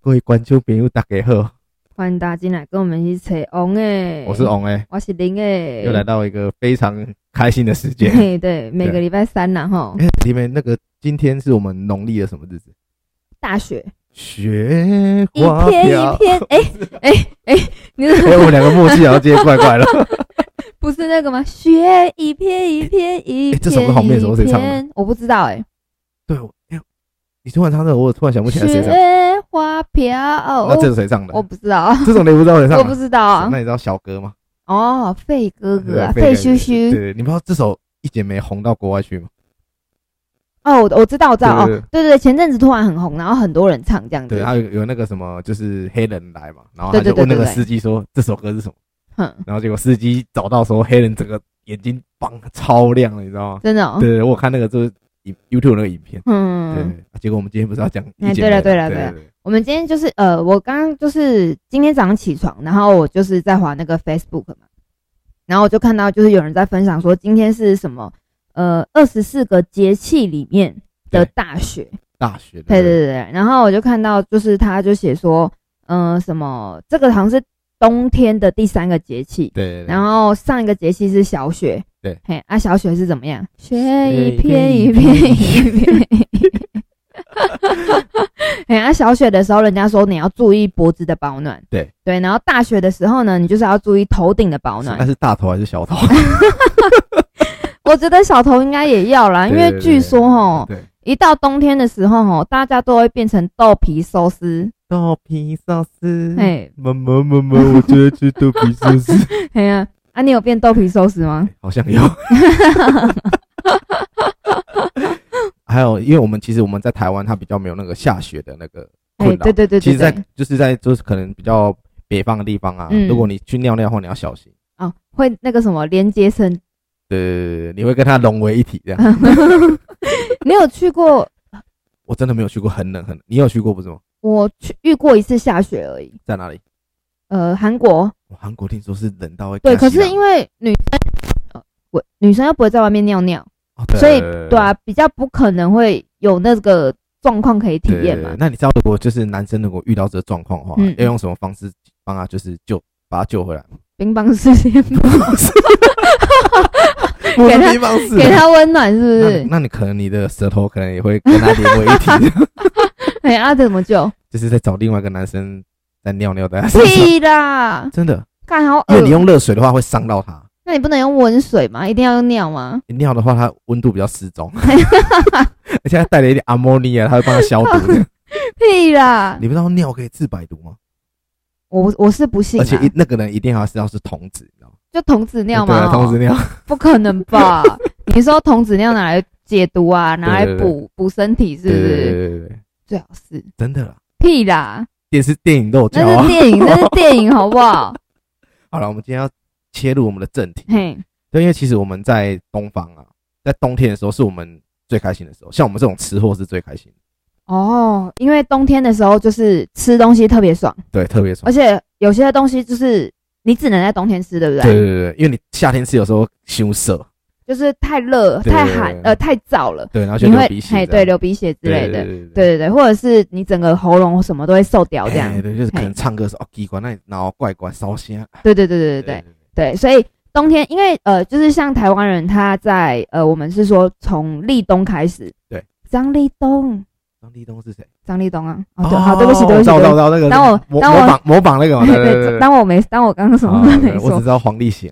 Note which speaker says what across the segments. Speaker 1: 各位观众朋友，大家好，
Speaker 2: 欢迎大家进来跟我们一起扯王诶，
Speaker 1: 我是，王诶，
Speaker 2: 我是林诶，
Speaker 1: 又来到一个非常开心的时间。
Speaker 2: 嘿， 对，每个礼拜三然后
Speaker 1: 哎你们那个今天是我们农历的什么日子？
Speaker 2: 大雪
Speaker 1: 雪
Speaker 2: 一
Speaker 1: 花
Speaker 2: 片
Speaker 1: 飘
Speaker 2: 一。 片，哎哎哎，你
Speaker 1: 哎、我们两个默契好像今天怪怪了。
Speaker 2: 不是那个吗？雪一片一片一
Speaker 1: 哎
Speaker 2: 片，
Speaker 1: 这首歌好面熟谁唱的
Speaker 2: 一片？我不知道哎，
Speaker 1: 对，我哎呦你突然唱这个，我突然想不起来谁
Speaker 2: 雪
Speaker 1: 唱。
Speaker 2: 花飘，
Speaker 1: 那这是谁唱的
Speaker 2: 我？不知道，
Speaker 1: 这种你不知道谁唱
Speaker 2: 我
Speaker 1: 的？
Speaker 2: 不知道啊
Speaker 1: 那。你知道小哥吗？
Speaker 2: 哦，费哥哥啊，
Speaker 1: 对费
Speaker 2: 费
Speaker 1: 哥
Speaker 2: 羞羞。
Speaker 1: 对对，你不知道这首一姐没红到国外去吗？
Speaker 2: 哦，我我知道，我知道。哦
Speaker 1: 对对，
Speaker 2: 对对对，前阵子突然很红，然后很多人唱这样
Speaker 1: 对，啊
Speaker 2: 子。
Speaker 1: 他有有那个什么，就是黑人来嘛，然后他
Speaker 2: 对对
Speaker 1: 就
Speaker 2: 对
Speaker 1: 问那个
Speaker 2: 对对
Speaker 1: 司机说这首歌是什么，
Speaker 2: 哼，
Speaker 1: 然后结果司机找到说黑人整个眼睛棒超亮的，你知道吗？
Speaker 2: 真的哦。
Speaker 1: 对，我有看那个就是影 YouTube 那个影片，对
Speaker 2: 嗯，
Speaker 1: 对，啊结果我们今天不是要讲
Speaker 2: 哎
Speaker 1: 一姐妹
Speaker 2: 对了对了
Speaker 1: 对
Speaker 2: 对了，我们今天就是呃，我刚刚就是今天早上起床，然后我就是在滑那个 Facebook 嘛，然后我就看到就是有人在分享说今天是什么呃二十四个节气里面的
Speaker 1: 对
Speaker 2: 大雪，
Speaker 1: 大学
Speaker 2: 对对
Speaker 1: 对
Speaker 2: 对对，然后我就看到就是他就写说呃什么这个好像是冬天的第三个节气，
Speaker 1: 对，
Speaker 2: 然后上一个节气是小雪，
Speaker 1: 对，
Speaker 2: 嘿，啊，小雪是怎么样？雪
Speaker 1: 一
Speaker 2: 一
Speaker 1: 片
Speaker 2: 片
Speaker 1: 一
Speaker 2: 一
Speaker 1: 片
Speaker 2: 片一片。 嘿，啊，小雪的时候，人家说你要注意脖子的保暖，
Speaker 1: 对
Speaker 2: 对，然后大雪的时候呢，你就是要注意头顶的保
Speaker 1: 是啊那
Speaker 2: 暖。
Speaker 1: 是大头还是小头？
Speaker 2: 啊我觉得小头应该也要啦，因
Speaker 1: 对
Speaker 2: 为
Speaker 1: 对对
Speaker 2: 据说吼，
Speaker 1: 对，
Speaker 2: 一到冬天的时候吼，大家都会变成豆皮寿司，
Speaker 1: 豆皮寿司，
Speaker 2: 嘿，
Speaker 1: 妈妈妈妈，我最爱吃豆皮寿 司，
Speaker 2: 嘿呀、啊，啊，你有变豆皮寿司吗？
Speaker 1: 好像 有。还有，因为我们其实我们在台湾，它比较没有那个下雪的那个
Speaker 2: 哎
Speaker 1: 困，扰。
Speaker 2: 对对对
Speaker 1: 其
Speaker 2: 对
Speaker 1: 实，在
Speaker 2: 对，
Speaker 1: 就是在就是可能比较北方的地方啊，
Speaker 2: 嗯
Speaker 1: 如果你去尿尿的话，你要小心。
Speaker 2: 哦，会那个什么连接生
Speaker 1: 对对对对，你会跟它融为一体这
Speaker 2: 嗯
Speaker 1: 样。
Speaker 2: 你有去过？
Speaker 1: 我真的没有去过很冷很冷，你有去过不是吗？
Speaker 2: 我去遇过一次下雪而已。
Speaker 1: 在哪里？
Speaker 2: 呃，韩国
Speaker 1: 我韩国听说是冷到会
Speaker 2: 对，
Speaker 1: 吓死
Speaker 2: 可
Speaker 1: 人。
Speaker 2: 是因为女生，呃我女生又不会在外面尿尿，
Speaker 1: 哦对
Speaker 2: 所以对啊，比较不可能会有那个状况可以体
Speaker 1: 对对
Speaker 2: 验
Speaker 1: 对
Speaker 2: 嘛。
Speaker 1: 那你知道，如果就是男生如果遇到这个状况的话，
Speaker 2: 嗯
Speaker 1: 要用什么方式帮他就是救把他救回来？
Speaker 2: 冰棒事件，
Speaker 1: 我
Speaker 2: 给他
Speaker 1: 地方是
Speaker 2: 给他温暖是
Speaker 1: 那你
Speaker 2: 不是？
Speaker 1: 那你可能你的舌头可能也会跟他连为一 体，
Speaker 2: 哎，啊，怎么救？
Speaker 1: 就是在找另外一个男生在尿尿在他身上。
Speaker 2: 屁啦！
Speaker 1: 真的，
Speaker 2: 干好
Speaker 1: 因为你
Speaker 2: 恶。
Speaker 1: 用热水的话会伤到他，
Speaker 2: 那你不能用温水吗？一定要用尿吗？
Speaker 1: 你尿的话它温度比较适 中，而且还带了一点阿莫尼亚，它会帮他消 毒这样。
Speaker 2: 屁啦！
Speaker 1: 你不知道尿可以治百毒吗？
Speaker 2: 我我是不信
Speaker 1: 而
Speaker 2: 啊，
Speaker 1: 且一那个人一定要知道是童子，你知道吗？
Speaker 2: 就童子尿
Speaker 1: 对
Speaker 2: 嘛
Speaker 1: 啊，，童子尿。
Speaker 2: 不可能吧？ 你说童子尿拿来解毒啊，拿来
Speaker 1: 对对对
Speaker 2: 补补身体是
Speaker 1: 对
Speaker 2: 不
Speaker 1: 对对
Speaker 2: 是？
Speaker 1: 对对对，
Speaker 2: 最好是
Speaker 1: 真的啦，
Speaker 2: 屁啦，
Speaker 1: 电视电影都有教
Speaker 2: 那
Speaker 1: 啊
Speaker 2: 是。电影，那 是电影，好不好？
Speaker 1: 好了，我们今天要切入我们的正题。
Speaker 2: 嘿，
Speaker 1: 对，因为其实我们在东方啊，在冬天的时候是我们最开心的时候，像我们这种吃货是最开心的，
Speaker 2: 哦，因为冬天的时候就是吃东西特别爽，
Speaker 1: 对，特别爽
Speaker 2: 而。且有些东西就是你只能在冬天吃，对不对？
Speaker 1: 对对对，对因为你夏天吃有时候羞涩，
Speaker 2: 就是太热、
Speaker 1: 对
Speaker 2: 太寒
Speaker 1: 对、
Speaker 2: 呃太燥了，
Speaker 1: 对，然后就
Speaker 2: 你
Speaker 1: 流
Speaker 2: 会
Speaker 1: 鼻血
Speaker 2: 嘿
Speaker 1: 这
Speaker 2: 对
Speaker 1: 样，
Speaker 2: 流鼻血之类的，
Speaker 1: 对对
Speaker 2: 对对对，或者是你整个喉咙什么都会受掉这样
Speaker 1: 哎，对，就是可能
Speaker 2: 嘿
Speaker 1: 唱歌的时候，哦，奇怪，那你脑怪怪烧香，哎
Speaker 2: 对对对对对对。对，所以冬天，因为呃，就是像台湾人他在呃，我们是说从立冬开始。
Speaker 1: 对，
Speaker 2: 张立东，
Speaker 1: 张立东是谁？
Speaker 2: 张立东啊。哦，对，好，对不起，对不起，
Speaker 1: 到
Speaker 2: 对
Speaker 1: 到
Speaker 2: 不起
Speaker 1: 到那个，
Speaker 2: 当我
Speaker 1: 模模
Speaker 2: 当我
Speaker 1: 仿模仿那个 嘛，对对对对。
Speaker 2: 当我没，当我刚刚什么
Speaker 1: 啊
Speaker 2: 都
Speaker 1: 对
Speaker 2: 没
Speaker 1: 我只
Speaker 2: 说。
Speaker 1: 知道黄立 行，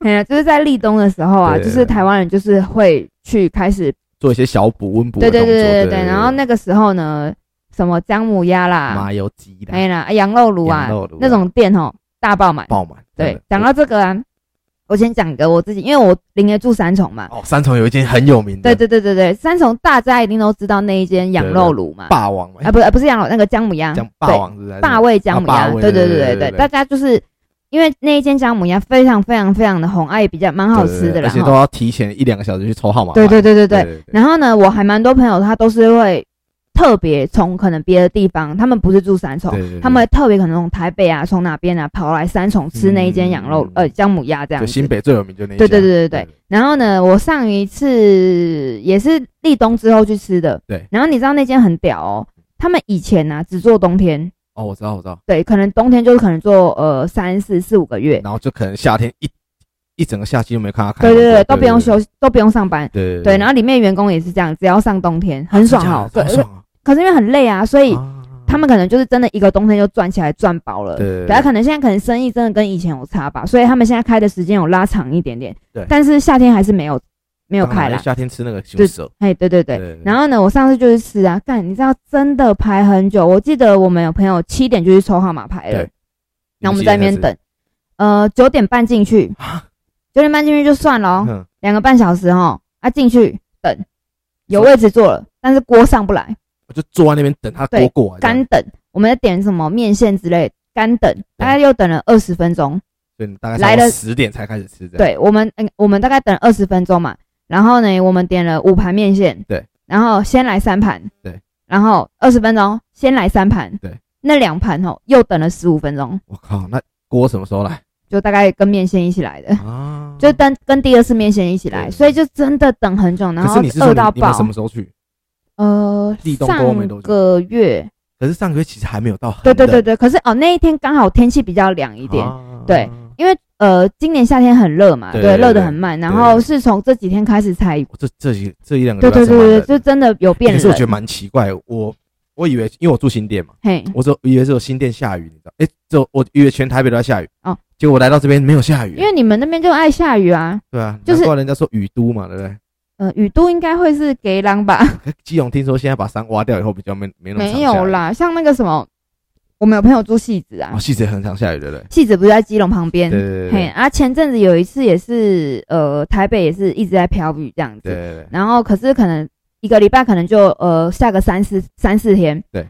Speaker 2: 哎呀，就是在立冬的时候啊，
Speaker 1: 对对
Speaker 2: 就
Speaker 1: 对
Speaker 2: 是台湾人就是会去开始，
Speaker 1: 做一些小补温补的
Speaker 2: 对
Speaker 1: 动
Speaker 2: 对
Speaker 1: 作，
Speaker 2: 对对
Speaker 1: 对
Speaker 2: 对对。然后那个时时候呢，什么姜母鸭啦，
Speaker 1: 麻油鸡啦，
Speaker 2: 哎啦，羊肉炉啊
Speaker 1: 羊肉炉啊，
Speaker 2: 那种店哦，大爆满。
Speaker 1: 爆满。真
Speaker 2: 对
Speaker 1: 的，
Speaker 2: 讲到这个啊，我先讲一个我自己，因为我邻居住三重嘛，
Speaker 1: 哦，三重有一间很有名
Speaker 2: 对
Speaker 1: 的
Speaker 2: 对对对对，三重大家一定都知道那一间羊肉炉嘛，
Speaker 1: 霸王嘛，哎
Speaker 2: 啊不是啊不是羊肉，那个姜母鸭，
Speaker 1: 讲霸王是不是？还是
Speaker 2: 霸味姜母
Speaker 1: 啊
Speaker 2: 鸭，
Speaker 1: 霸味
Speaker 2: 对
Speaker 1: 对
Speaker 2: 对
Speaker 1: 对对
Speaker 2: 对对
Speaker 1: 对
Speaker 2: 对，
Speaker 1: 对
Speaker 2: 大家就是因为那一间姜母鸭非常非常非常的红，啊也比较蛮好吃
Speaker 1: 对对
Speaker 2: 的
Speaker 1: 对而
Speaker 2: 啦，
Speaker 1: 且都
Speaker 2: 吼
Speaker 1: 要提前一两个小时去抽号码牌。
Speaker 2: 对对对对对。
Speaker 1: 对
Speaker 2: 然后呢，我还蛮多朋友他都是会特别从可能别的地方，他们不是住三重。
Speaker 1: 对对，
Speaker 2: 他们会特别可能从台北啊，从哪边啊跑来三重吃那一间羊肉、
Speaker 1: 嗯
Speaker 2: 呃姜母鸭这样
Speaker 1: 对
Speaker 2: 子。
Speaker 1: 新北最有名就那一
Speaker 2: 对对
Speaker 1: 家
Speaker 2: 对对对。然后呢，我上一次也是立冬之后去吃的。
Speaker 1: 对
Speaker 2: 然后你知道那间很屌哦，他们以前呢、啊、只做冬天，
Speaker 1: 哦，我知道，我知道。
Speaker 2: 对，可能冬天就是可能做呃三四四五个月，
Speaker 1: 然后就可能夏天一一整个夏季都没看他开
Speaker 2: 对
Speaker 1: 门，
Speaker 2: 对对，都不用休息，都不用上班。
Speaker 1: 对对
Speaker 2: 对，然后里面员工也是这样，只要上冬天很爽哦。
Speaker 1: 真
Speaker 2: 可
Speaker 1: 的假的好爽啊！
Speaker 2: 可是因为很累啊，所以
Speaker 1: 啊
Speaker 2: 他们可能就是真的一个冬天就赚起来赚饱了。
Speaker 1: 对对对
Speaker 2: 他可能现在可能生意真的跟以前有差吧，所以他们现在开的时间有拉长一点点。
Speaker 1: 对
Speaker 2: 但是夏天还是没有没有
Speaker 1: 当然
Speaker 2: 开啦。
Speaker 1: 夏天吃那个
Speaker 2: 对
Speaker 1: 熊蛇，
Speaker 2: 哎，对对对。
Speaker 1: 对对
Speaker 2: 然后呢，我上次就是吃啊，干，你知道真的排很久。我记得我们有朋友七点就去抽号码牌了
Speaker 1: 对，
Speaker 2: 然后我们在那边等，呃，九点半进去，
Speaker 1: 啊
Speaker 2: 九点半进去就算 了哦，
Speaker 1: 嗯，
Speaker 2: 两个半小时哦，啊进去等，有位置坐了，但是锅上 不来，
Speaker 1: 我就坐在那边等他
Speaker 2: 对
Speaker 1: 锅过来，啊这样
Speaker 2: 干等。我们在点什么面线之类，干等，大概又等了二十分钟。
Speaker 1: 对，你大概
Speaker 2: 来了
Speaker 1: 十点才开始吃，这样
Speaker 2: 对我们，嗯，我们大概等二十分钟嘛。然后呢，我们点了五盘面线，
Speaker 1: 对，
Speaker 2: 然后先来三盘，
Speaker 1: 对，
Speaker 2: 然后二十分钟先来三盘，
Speaker 1: 对，
Speaker 2: 那两盘哦又等了十五分钟，
Speaker 1: 我靠，那锅什么时候 来
Speaker 2: 就大概跟面线一起来的，
Speaker 1: 啊？
Speaker 2: 就跟跟第二次面线一起来，
Speaker 1: 对
Speaker 2: 所以就真的等很久，然
Speaker 1: 可
Speaker 2: 后
Speaker 1: 是你是说
Speaker 2: 饿
Speaker 1: 你
Speaker 2: 到
Speaker 1: 你们
Speaker 2: 爆
Speaker 1: 什。么时候去？
Speaker 2: 呃，
Speaker 1: 立冬过后没
Speaker 2: 上
Speaker 1: 多久
Speaker 2: 个月，
Speaker 1: 可是上个月其实还没有到很
Speaker 2: 对对对
Speaker 1: 冷
Speaker 2: 对，可是哦那一天刚好天气比较凉一点，
Speaker 1: 啊
Speaker 2: 对因为呃今年夏天很热嘛，
Speaker 1: 对
Speaker 2: 对，
Speaker 1: 对对
Speaker 2: 热得很慢，然后是从这几天开始才
Speaker 1: 我这这一这一两个
Speaker 2: 对
Speaker 1: 礼拜
Speaker 2: 对
Speaker 1: 是蛮
Speaker 2: 对对，
Speaker 1: 冷的
Speaker 2: 就真的有变
Speaker 1: 可是我觉得
Speaker 2: 冷。
Speaker 1: 蛮奇怪，我我以为因为我住新店嘛，
Speaker 2: 嘿，
Speaker 1: 我只以为只有新店下雨，你知道？哎，只有我以为全台北都在下雨，
Speaker 2: 哦
Speaker 1: 结果我来到这边没有下雨，
Speaker 2: 因为你们那边就爱下雨啊，
Speaker 1: 对啊，
Speaker 2: 就是
Speaker 1: 难怪人家说雨都嘛，对不对？
Speaker 2: 呃，雨都应该会是给浪吧？
Speaker 1: 可基隆听说现在把山挖掉以后比较没没那么常下
Speaker 2: 没
Speaker 1: 雨
Speaker 2: 有，啦，像那个什么，我们有朋友住戏子啊
Speaker 1: 哦，，细节很常下雨，对不对？
Speaker 2: 戏子不是在基隆旁边？
Speaker 1: 对对对
Speaker 2: 嘿，
Speaker 1: 对
Speaker 2: 啊，前阵子有一次也是，呃，台北也是一直在飘雨这样
Speaker 1: 对
Speaker 2: 子，
Speaker 1: 对对，
Speaker 2: 然后可是可能一个礼拜可能就呃下个三四三四天，
Speaker 1: 对，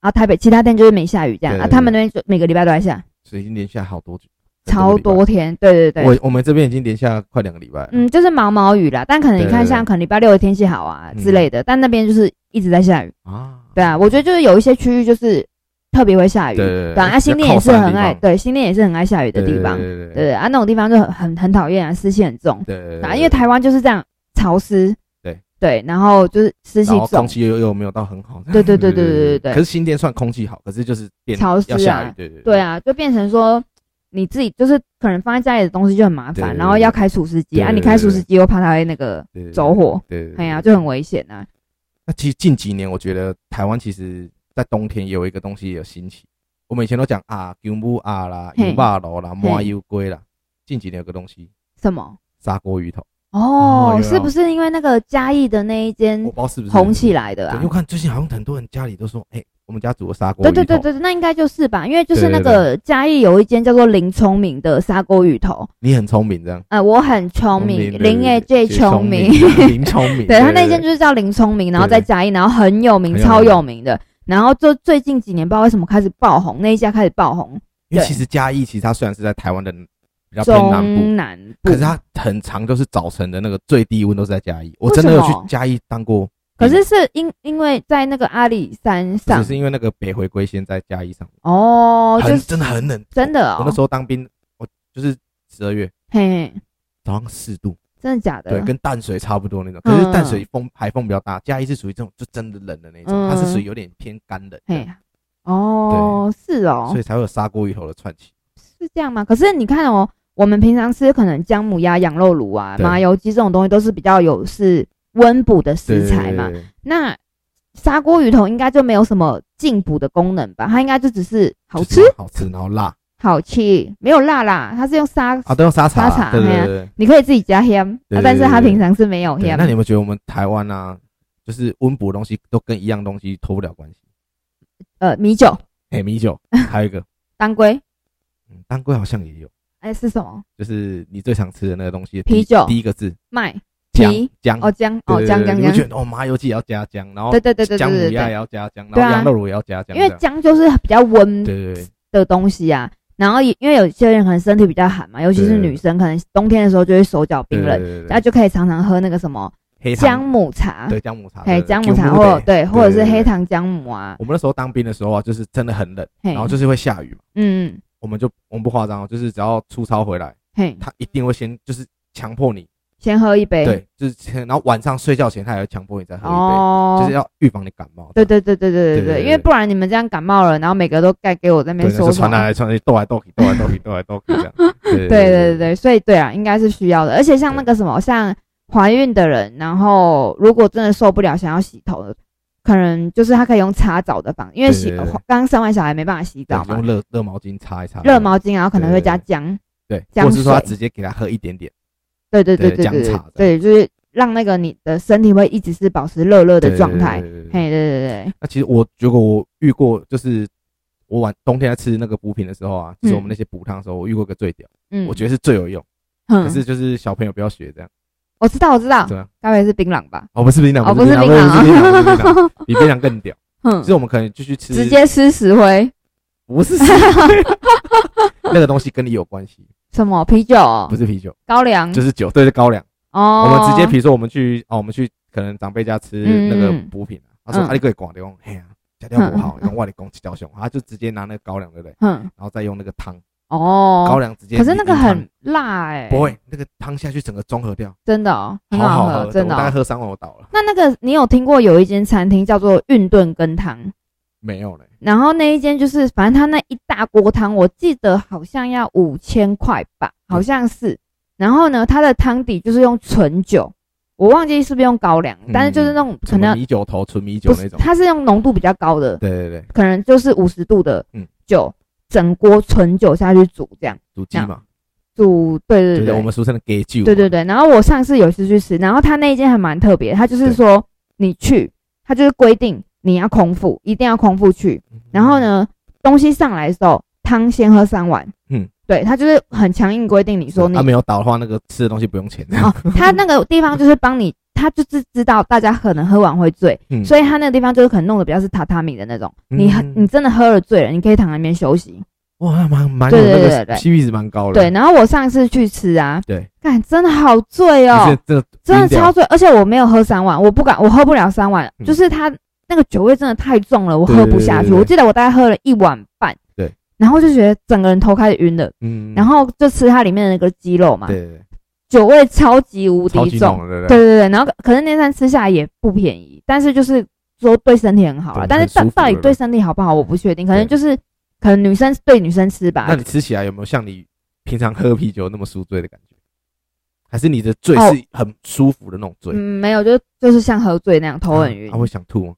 Speaker 2: 啊，台北其他天就是没下雨这样，
Speaker 1: 对对
Speaker 2: 啊，
Speaker 1: 对
Speaker 2: 他们那边就每个礼拜都在下，
Speaker 1: 所以已经连下好多久，
Speaker 2: 超
Speaker 1: 很礼
Speaker 2: 多天，对对
Speaker 1: 拜。
Speaker 2: 对，
Speaker 1: 我我们这边已经连下快两个礼拜了，
Speaker 2: 嗯，就是毛毛雨啦，但可能你
Speaker 1: 对嗯
Speaker 2: 看
Speaker 1: 对对
Speaker 2: 像可能礼拜六的天气好啊之类的，但那边就是一直在下雨。
Speaker 1: 啊，
Speaker 2: 对啊，我觉得就是有一些区域就是特别会下雨，
Speaker 1: 对对对，
Speaker 2: 对啊，啊新店也是很爱，
Speaker 1: 对
Speaker 2: 对，新店也是很爱下雨的
Speaker 1: 对
Speaker 2: 地方，对
Speaker 1: 对对
Speaker 2: 对
Speaker 1: 对
Speaker 2: 啊，那种地方就很很很讨厌啊，湿气很重，
Speaker 1: 对对
Speaker 2: 对啊，因为台湾就是这样潮湿，
Speaker 1: 对
Speaker 2: 对，然后就是湿气
Speaker 1: 然后空
Speaker 2: 重，
Speaker 1: 气又又没有到很好，嗯
Speaker 2: 对对对对对对 对
Speaker 1: 可是新店算空气好，可是就是变
Speaker 2: 潮湿
Speaker 1: 要下雨
Speaker 2: 啊，
Speaker 1: 对对
Speaker 2: 对，啊，就变成说你自己就是可能放在家里的东西就很麻
Speaker 1: 对对
Speaker 2: 烦，
Speaker 1: 对
Speaker 2: 然后要开除湿机
Speaker 1: 对对
Speaker 2: 啊，
Speaker 1: 对
Speaker 2: 你开除湿机又怕它会那个
Speaker 1: 对对
Speaker 2: 走火，
Speaker 1: 对对，
Speaker 2: 哎呀，
Speaker 1: 对
Speaker 2: 就很。危险啊，
Speaker 1: 那其实近几年，我觉得台湾其实在冬天有一个东西也有兴起，我们以前都讲啊牛母啊啦、
Speaker 2: 嘿
Speaker 1: 牛霸楼啦、
Speaker 2: 嘿
Speaker 1: 麻油龟啦，近几年有个东西
Speaker 2: 什么？
Speaker 1: 砂锅鱼头，哦
Speaker 2: 哦，
Speaker 1: 有
Speaker 2: 是不是因为那个嘉义的那一
Speaker 1: 我
Speaker 2: 间
Speaker 1: 不知道是不是
Speaker 2: 嗯红起来的
Speaker 1: 对，
Speaker 2: 啊
Speaker 1: 因为？看最近好像很多人家里都说，哎，我们家煮的砂锅鱼
Speaker 2: 对
Speaker 1: 头，
Speaker 2: 对对对，对那应该就是吧，因为就是那个嘉义有一间叫做林聪明的砂锅鱼头，
Speaker 1: 你很聪明这样，嗯
Speaker 2: 呃，我很聪明，林 A 最聪明，
Speaker 1: 林聪明，
Speaker 2: 对他那间就是叫林聪明，然后在嘉义，然后很有名，
Speaker 1: 很有名
Speaker 2: 超有名的，然后就最近几年不知道为什么开始爆红，那一家开始爆红，
Speaker 1: 因为
Speaker 2: 对
Speaker 1: 其实嘉义其实它虽然是在台湾的比较偏南部
Speaker 2: 中，南部
Speaker 1: 可是，它很长都是早晨的那个最低温都是在嘉义。我
Speaker 2: 为
Speaker 1: 真的
Speaker 2: 什
Speaker 1: 有
Speaker 2: 么
Speaker 1: 去嘉义当过兵，
Speaker 2: 可是是因因为在那个阿里山上
Speaker 1: 只是因为那个北回归线在嘉义上面，
Speaker 2: 哦，就
Speaker 1: 很
Speaker 2: 是
Speaker 1: 真的很冷。
Speaker 2: 真的
Speaker 1: 我那
Speaker 2: 哦
Speaker 1: 时，候当兵，我就是十二月
Speaker 2: 嘿，嘿
Speaker 1: 早上四度，
Speaker 2: 真的假的？
Speaker 1: 对，跟淡水差不多那种。
Speaker 2: 啊嗯
Speaker 1: 可是淡水风海风比较大，嘉义是属于这种就真的冷的那种，
Speaker 2: 嗯
Speaker 1: 它是属于有点偏干冷
Speaker 2: 嘿
Speaker 1: 的，，
Speaker 2: 哦，是哦
Speaker 1: 所，以才会有砂锅鱼头的串起。
Speaker 2: 是这样吗？可是你看哦，我们平常吃可能姜母鸭、羊肉炉啊、
Speaker 1: 对
Speaker 2: 麻油鸡这种东西都是比较有是温补的食材嘛。
Speaker 1: 对，对对对
Speaker 2: 那砂锅鱼头应该就没有什么进补的功能吧？它应该就只是好
Speaker 1: 就是
Speaker 2: 吃、
Speaker 1: 好吃，然后辣
Speaker 2: 好吃，没有辣啦。它是用砂，
Speaker 1: 啊，都用沙茶
Speaker 2: 沙
Speaker 1: 啦，
Speaker 2: 茶
Speaker 1: 对对
Speaker 2: 嘿啊
Speaker 1: 对对。
Speaker 2: 你可以自己加香，
Speaker 1: 对对
Speaker 2: 啊但是它
Speaker 1: 对对
Speaker 2: 平常是没有
Speaker 1: 对，
Speaker 2: 香
Speaker 1: 那。你有没有觉得我们台湾啊，就是温补的东西都跟一样东西脱不了关系？
Speaker 2: 呃，米酒、
Speaker 1: 哎、米酒，还有一个，
Speaker 2: 当归，
Speaker 1: 嗯，当归好像也有，
Speaker 2: 哎是什么？
Speaker 1: 就是你最常吃的那个东西，
Speaker 2: 啤
Speaker 1: 第
Speaker 2: 酒
Speaker 1: 第一个字
Speaker 2: 麦
Speaker 1: 姜
Speaker 2: 皮
Speaker 1: 姜
Speaker 2: 哦姜
Speaker 1: 对
Speaker 2: 哦
Speaker 1: 对
Speaker 2: 姜
Speaker 1: 对
Speaker 2: 姜
Speaker 1: 你
Speaker 2: 姜
Speaker 1: 会，觉得哦麻油鸡也要加姜，然后
Speaker 2: 对对对对对
Speaker 1: 姜母
Speaker 2: 对
Speaker 1: 鸭也
Speaker 2: 对，
Speaker 1: 要加姜，然后
Speaker 2: 对啊
Speaker 1: 羊肉卤也要加姜，
Speaker 2: 因为
Speaker 1: 这样
Speaker 2: 姜就是比较温
Speaker 1: 对对对
Speaker 2: 的东西啊。然后也因为有些人可能身体比较寒嘛，尤其是
Speaker 1: 对对对
Speaker 2: 女生，可能冬天的时候就会手脚冰
Speaker 1: 对
Speaker 2: 冷，
Speaker 1: 对对
Speaker 2: 然后
Speaker 1: 对，
Speaker 2: 就可以常常喝那个什么
Speaker 1: 黑
Speaker 2: 姜
Speaker 1: 糖
Speaker 2: 母茶，
Speaker 1: 对姜母茶，
Speaker 2: 嘿，
Speaker 1: 对对
Speaker 2: 姜母茶
Speaker 1: 姜母
Speaker 2: 或
Speaker 1: 茶
Speaker 2: 对，或者是
Speaker 1: 对对对
Speaker 2: 黑糖姜母啊，
Speaker 1: 我们那时候当兵的时候啊，就是真的很冷，
Speaker 2: 嘿
Speaker 1: 然，后就是会下雨嘛，
Speaker 2: 嗯，
Speaker 1: 我们就我们不夸张哦，就是只要出操回来，
Speaker 2: 嘿，
Speaker 1: 他一定会先就是强迫你
Speaker 2: 先喝一杯，
Speaker 1: 对，就是前，然后晚上睡觉前他还要强迫你再喝一杯，
Speaker 2: 哦，
Speaker 1: 就是要预防你感冒。
Speaker 2: 对对对对对
Speaker 1: 对
Speaker 2: 对
Speaker 1: 对
Speaker 2: 对，因为不然你们这样感冒了，然后每个都盖给我在那
Speaker 1: 对，
Speaker 2: 边
Speaker 1: 就
Speaker 2: 说
Speaker 1: 传
Speaker 2: 谎。
Speaker 1: 来传去，斗来斗去，斗来斗去，斗来斗去 这样。对对
Speaker 2: 对对对对，所以对啊，应该是需要的。而且像那个什么，像怀孕的人，然后如果真的受不了想要洗头，可能就是他可以用擦澡的方，因为洗
Speaker 1: 对对对
Speaker 2: 刚生完小孩没办法洗澡嘛
Speaker 1: 用，热热毛巾擦一擦，
Speaker 2: 热毛巾，然后可能会加姜，
Speaker 1: 对，
Speaker 2: 姜
Speaker 1: 或者是说他
Speaker 2: 水
Speaker 1: 直接给他喝一点点，
Speaker 2: 对对对
Speaker 1: 对
Speaker 2: 对对
Speaker 1: 姜
Speaker 2: 对
Speaker 1: 茶，
Speaker 2: 对就是让那个你的身体会一直是保持热热的
Speaker 1: 对
Speaker 2: 状态。。
Speaker 1: 对对对对对
Speaker 2: 嘿，对对对，
Speaker 1: 那其实我如果我遇过，就是我晚冬天在吃那个补品的时候啊，就是我们
Speaker 2: 嗯
Speaker 1: 那些补汤的时候，我遇过一个最屌，
Speaker 2: 嗯，
Speaker 1: 我觉得是最有用，
Speaker 2: 嗯
Speaker 1: 可是就是小朋友不要学这样，
Speaker 2: 我知道我知道
Speaker 1: 对啊，
Speaker 2: 该不会是槟榔吧？
Speaker 1: 哦，不是槟榔，
Speaker 2: 哦，
Speaker 1: 不
Speaker 2: 是
Speaker 1: 槟榔，
Speaker 2: 槟
Speaker 1: 不是槟榔，不是槟榔，
Speaker 2: 榔，
Speaker 1: 比槟榔更屌。
Speaker 2: 嗯
Speaker 1: 其实我们可能就去吃，
Speaker 2: 直接吃石灰，
Speaker 1: 不是那个东西跟你有关系，
Speaker 2: 什么啤酒哦、
Speaker 1: 不是啤酒，
Speaker 2: 高粱
Speaker 1: 就是酒，对，是高粱。
Speaker 2: 哦，
Speaker 1: 我们直接，比如说我们去哦，我们去可能长辈家吃
Speaker 2: 嗯
Speaker 1: 那个
Speaker 2: 嗯
Speaker 1: 补品啊，他说
Speaker 2: 嗯
Speaker 1: 啊，你可以广用，嘿呀，家条不 好，
Speaker 2: 嗯嗯嗯
Speaker 1: 用外力攻击雕熊，他就直接拿那个高粱，对不对？
Speaker 2: 嗯，
Speaker 1: 然后再用那个汤，
Speaker 2: 哦，
Speaker 1: 高粱直接。
Speaker 2: 可是那个很辣哎、
Speaker 1: 不会，那个汤下去整个中和掉，
Speaker 2: 真的哦，很
Speaker 1: 好
Speaker 2: 喝，
Speaker 1: 喝，
Speaker 2: 真的
Speaker 1: 我大概
Speaker 2: 哦、
Speaker 1: 喝三碗我倒了，
Speaker 2: 那那个你有听过有一间餐厅叫做运炖羹汤，
Speaker 1: 没有嘞，
Speaker 2: 然后那一间就是反正他那一大锅汤，我记得好像要五千块吧，好
Speaker 1: 嗯
Speaker 2: 像是。然后呢，它的汤底就是用纯酒，我忘记是不是用高粱，但是就是那种可
Speaker 1: 嗯什么
Speaker 2: 能
Speaker 1: 米酒头、纯米酒
Speaker 2: 不
Speaker 1: 那
Speaker 2: 是，
Speaker 1: 种。
Speaker 2: 它是用浓度比较高的，
Speaker 1: 对对对，
Speaker 2: 可能就是五十度的
Speaker 1: 嗯
Speaker 2: 酒，整锅纯酒下去煮，这样
Speaker 1: 煮鸡嘛，
Speaker 2: 煮，对
Speaker 1: 对
Speaker 2: 对
Speaker 1: 对，
Speaker 2: 对
Speaker 1: 我，们俗称的给酒。
Speaker 2: 对对对。然后我上次有一次去吃，然后他那一间还蛮特别，他就是说你去，他就是规定你要空腹，一定要空腹去。
Speaker 1: 嗯，
Speaker 2: 然后呢，东西上来的时候，汤先喝三碗。
Speaker 1: 嗯
Speaker 2: 嗯，对他就是很强硬规定你
Speaker 1: 对？
Speaker 2: 说你
Speaker 1: 啊他没有倒的话，那个吃的东西不用钱。
Speaker 2: 哦，他那个地方就是帮你，他就是知道大家可能喝完会醉，
Speaker 1: 嗯
Speaker 2: 所以他那个地方就是可能弄得比较是榻榻米的那种，你很
Speaker 1: 嗯
Speaker 2: 你真的喝了醉了，你可以躺在那边休息。
Speaker 1: 哇，那蛮蛮有
Speaker 2: 对
Speaker 1: 那
Speaker 2: 对对
Speaker 1: 个
Speaker 2: 对对
Speaker 1: CP 值蛮高的。
Speaker 2: 对，然后我上次去吃啊，
Speaker 1: 对，
Speaker 2: 看真的好醉哦，
Speaker 1: 这这
Speaker 2: 真的超醉，而且我没有喝三碗，我不敢，我喝不了三碗，
Speaker 1: 嗯
Speaker 2: 就是它那个酒味真的太重了，我
Speaker 1: 对
Speaker 2: 喝不下
Speaker 1: 对对
Speaker 2: 去。
Speaker 1: 对
Speaker 2: 我记得我大概喝了一碗半，
Speaker 1: 对，
Speaker 2: 然后就觉得整个人头开始晕了，
Speaker 1: 嗯
Speaker 2: 然后就吃它里面的那个鸡肉嘛，
Speaker 1: 对对对，
Speaker 2: 酒味超级无
Speaker 1: 超
Speaker 2: 敌
Speaker 1: 级
Speaker 2: 重
Speaker 1: 浓，的，
Speaker 2: 对对对，然后可可是那餐吃下来也不便宜，但是就是说对身体很好
Speaker 1: 对
Speaker 2: 啦，但
Speaker 1: 很
Speaker 2: 是到
Speaker 1: 舒服
Speaker 2: 到底
Speaker 1: 了嗯
Speaker 2: 对身体好不好我不确定，可能
Speaker 1: 对
Speaker 2: 就是可能女生对女生吃吧
Speaker 1: 那，你吃起来有没有像你平常喝啤酒那么宿醉的感觉？还是你的醉
Speaker 2: 哦
Speaker 1: 是很舒服的那种醉
Speaker 2: 嗯，？没有，就就是像喝醉那样头很晕
Speaker 1: 他，会想吐吗？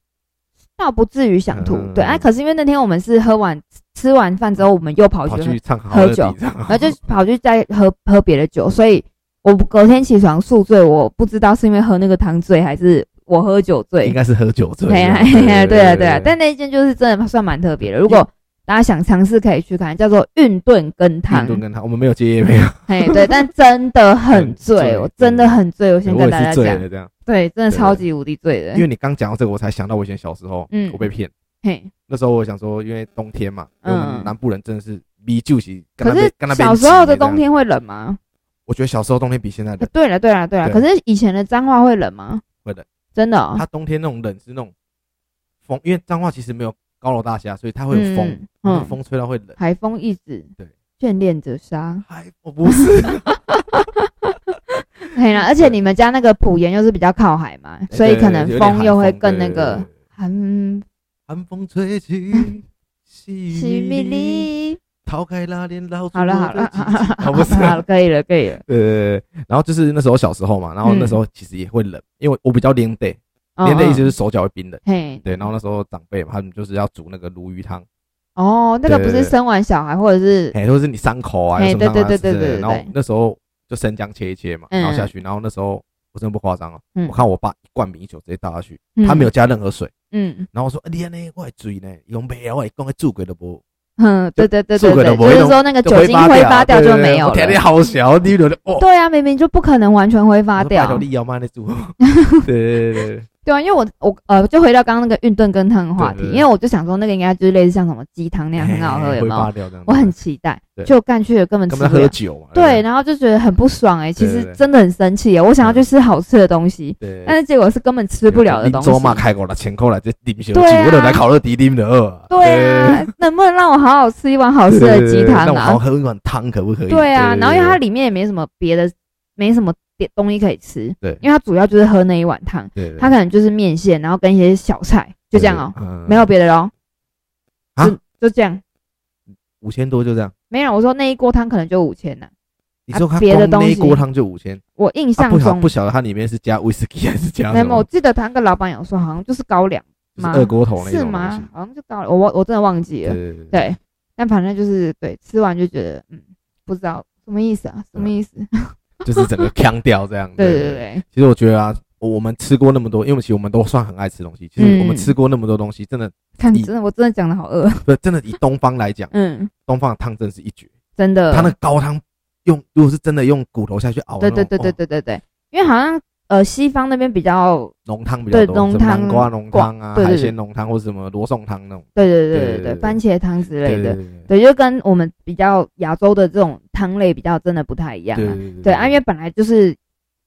Speaker 2: 倒不至于想吐
Speaker 1: 嗯，
Speaker 2: 对，哎，可是因为那天我们是喝完吃完饭之后，我们又跑
Speaker 1: 跑
Speaker 2: 去喝，
Speaker 1: 去唱好乐
Speaker 2: 喝
Speaker 1: 迪
Speaker 2: 酒
Speaker 1: 这样，
Speaker 2: 然后就跑去再喝喝别的酒，所以我隔天起床宿醉，我不知道是因为喝那个汤醉还是我喝酒醉
Speaker 1: 应，该是喝酒醉。啊
Speaker 2: 对呀，
Speaker 1: 对
Speaker 2: 对呀，对啊呀，对呀。但那一间就是真的算蛮特别的，如果大家想尝试可以去看，叫做运炖羹汤
Speaker 1: 运。动跟他，我们没有接夜啊没有，
Speaker 2: 嘿，对，但真的很
Speaker 1: 很醉
Speaker 2: 醉，我真的很醉，我先
Speaker 1: 我
Speaker 2: 跟
Speaker 1: 也
Speaker 2: 大
Speaker 1: 是
Speaker 2: 家
Speaker 1: 醉
Speaker 2: 讲，
Speaker 1: 了这样。
Speaker 2: 对，真的
Speaker 1: 对
Speaker 2: 超级无敌醉
Speaker 1: 因
Speaker 2: 的。
Speaker 1: 为你刚讲到这个，我才想到我以前小时候，
Speaker 2: 嗯
Speaker 1: 我被骗。
Speaker 2: 嘿，
Speaker 1: 那时候我想说，因为冬天嘛，因为我们
Speaker 2: 嗯
Speaker 1: 南部人真的是米酒席，跟
Speaker 2: 可
Speaker 1: 那边
Speaker 2: 是
Speaker 1: 跟那边
Speaker 2: 小时候
Speaker 1: 挤
Speaker 2: 的
Speaker 1: 这样
Speaker 2: 冬，天会冷吗？
Speaker 1: 我觉得小时候冬天比现在冷。
Speaker 2: 呃对了，对了，对了，可
Speaker 1: 对
Speaker 2: 是以前的脏话会冷吗？
Speaker 1: 会冷，
Speaker 2: 真的哦
Speaker 1: 它冬天那种冷是那种风，因为彰化其实没有高楼大厦，所以它会有风，
Speaker 2: 嗯
Speaker 1: 那个
Speaker 2: 嗯
Speaker 1: 风吹到会冷。
Speaker 2: 海风一直
Speaker 1: 对
Speaker 2: 眷恋着沙。
Speaker 1: 哎，我不是，
Speaker 2: 嘿啦，而且你们家那个埔盐又是比较靠海嘛， 所以可能
Speaker 1: 哎对对对有点
Speaker 2: 风又会
Speaker 1: 寒风
Speaker 2: 更那
Speaker 1: 对对对
Speaker 2: 个
Speaker 1: 对对
Speaker 2: 寒
Speaker 1: 寒风吹 起，西
Speaker 2: 西米粒。
Speaker 1: 逃开拉链老
Speaker 2: 好了 好了，
Speaker 1: 好不是啊。
Speaker 2: 好了，可以了可以了。
Speaker 1: 对对对，对然后就是那时候小时候嘛，然后那时候其实也会冷，因为我比较连带，
Speaker 2: 嗯哦
Speaker 1: 连带意思就
Speaker 2: 哦
Speaker 1: 是手脚会冰冷。
Speaker 2: 嘿，
Speaker 1: 对，然后那时候长辈嘛，他们就是要煮那个鲈鱼汤，
Speaker 2: 哦，那个
Speaker 1: 对
Speaker 2: 不
Speaker 1: 对
Speaker 2: 是
Speaker 1: 对
Speaker 2: 生完小孩或者是
Speaker 1: 哎，或是你伤口啊，有
Speaker 2: 哎
Speaker 1: 什么伤口啊
Speaker 2: 对对对
Speaker 1: 之类的
Speaker 2: 对对对
Speaker 1: 然后那时候就生姜切一切嘛，
Speaker 2: 嗯
Speaker 1: 然后下去，然后那时候我真的不夸张哦，
Speaker 2: 嗯
Speaker 1: 我看我爸一罐米酒直接倒下去，他没有加任何水，
Speaker 2: 嗯
Speaker 1: 然后我说，哎你安尼我会醉呢，用白我讲做鬼都不，
Speaker 2: 嗯，对对对对
Speaker 1: 就
Speaker 2: 对，就是说那个啊酒精挥发掉就没有
Speaker 1: 天天
Speaker 2: 了。
Speaker 1: 好小，你流的哦，
Speaker 2: 对啊，明明就不可能完全挥发掉。
Speaker 1: 你要卖那 煮，对对对对对，
Speaker 2: 对啊，因为我我呃，就回到刚刚那个运动跟汤的话
Speaker 1: 对
Speaker 2: 题
Speaker 1: 对，对
Speaker 2: 因为我就想说那个应该就是类似像什么鸡汤那样很好喝，有
Speaker 1: 挥
Speaker 2: 没有
Speaker 1: 哎发？掉这样子，
Speaker 2: 我很期待
Speaker 1: 对，
Speaker 2: 就干去了根本吃
Speaker 1: 干
Speaker 2: 不
Speaker 1: 嘛
Speaker 2: 了
Speaker 1: 喝。酒嘛，
Speaker 2: 对，然后就觉得很不爽哎、其
Speaker 1: 对
Speaker 2: 实
Speaker 1: 对
Speaker 2: 真的很生气耶、哎我想要
Speaker 1: 对
Speaker 2: 去吃好吃的东西，
Speaker 1: 对，
Speaker 2: 但是结果是根本吃不了的东西
Speaker 1: 周。嘛开口了，钱扣来这啉小酒，
Speaker 2: 对啊
Speaker 1: 我就来烤肉迪啉的二。
Speaker 2: 对啊，能不能让我好好吃一碗好
Speaker 1: 对，
Speaker 2: 吃的鸡
Speaker 1: 对对对
Speaker 2: 汤
Speaker 1: 那我好
Speaker 2: 啊？
Speaker 1: 喝一碗汤可不可以？
Speaker 2: 对啊，然后因为它里面也没什么别的，没什么点东西可以吃，
Speaker 1: 对
Speaker 2: 因为它主要就是喝那一碗汤，
Speaker 1: 对对，
Speaker 2: 它可能就是面线，然后跟一些小菜，就这样哦、
Speaker 1: 哦
Speaker 2: 没有别的喽，
Speaker 1: 啊
Speaker 2: 就就这样，
Speaker 1: 五千多就这样。
Speaker 2: 没有。我说那一锅汤可能就五千呐，
Speaker 1: 你说它
Speaker 2: 啊别的
Speaker 1: 光
Speaker 2: 东
Speaker 1: 那一
Speaker 2: 西
Speaker 1: 锅汤就五千，
Speaker 2: 我印
Speaker 1: 啊
Speaker 2: 象
Speaker 1: 不晓
Speaker 2: 中
Speaker 1: 不晓得它里面是加威士忌还是加
Speaker 2: 没
Speaker 1: 什
Speaker 2: 有，我
Speaker 1: 么，
Speaker 2: 记得他跟老板有说，好像就是高粱
Speaker 1: 就是
Speaker 2: 吗？
Speaker 1: 二锅头那
Speaker 2: 是
Speaker 1: 种东
Speaker 2: 吗
Speaker 1: 西？。
Speaker 2: 好像就高粱，我忘我真的忘记
Speaker 1: 对
Speaker 2: 了。
Speaker 1: 对对对，
Speaker 2: 对，但反正就是对，吃完就觉得嗯，不知道什么意思啊，什么意思？
Speaker 1: 就是整个腔调这样。
Speaker 2: 对对对对，
Speaker 1: 其实我觉得啊，我我们吃过那么多，因为我们其实我们都算很爱吃东西。其实我们
Speaker 2: 嗯
Speaker 1: 吃过那么多东西，真的
Speaker 2: 看
Speaker 1: 以
Speaker 2: 真的我真的讲的好饿，
Speaker 1: 不是真的以东方来讲，
Speaker 2: 嗯，
Speaker 1: 东方的汤真的是一绝。
Speaker 2: 真的。
Speaker 1: 它那个高汤用如果是真的用骨头下去熬，哦
Speaker 2: 对对对对，对对对，因为好像呃西方那边比较，
Speaker 1: 浓汤比较多，
Speaker 2: 对浓
Speaker 1: 什么南
Speaker 2: 汤
Speaker 1: 瓜浓汤啊，
Speaker 2: 对对
Speaker 1: 海
Speaker 2: 对
Speaker 1: 鲜浓汤或者什么罗宋汤那种。
Speaker 2: 对对对
Speaker 1: 对对
Speaker 2: 对
Speaker 1: 对
Speaker 2: 对，
Speaker 1: 对
Speaker 2: 番茄汤之类的，
Speaker 1: 对
Speaker 2: 对，就跟我们比较亚洲的这种汤类比较真的不太一样
Speaker 1: 对
Speaker 2: 啊。
Speaker 1: 对
Speaker 2: 对啊，因为本来就是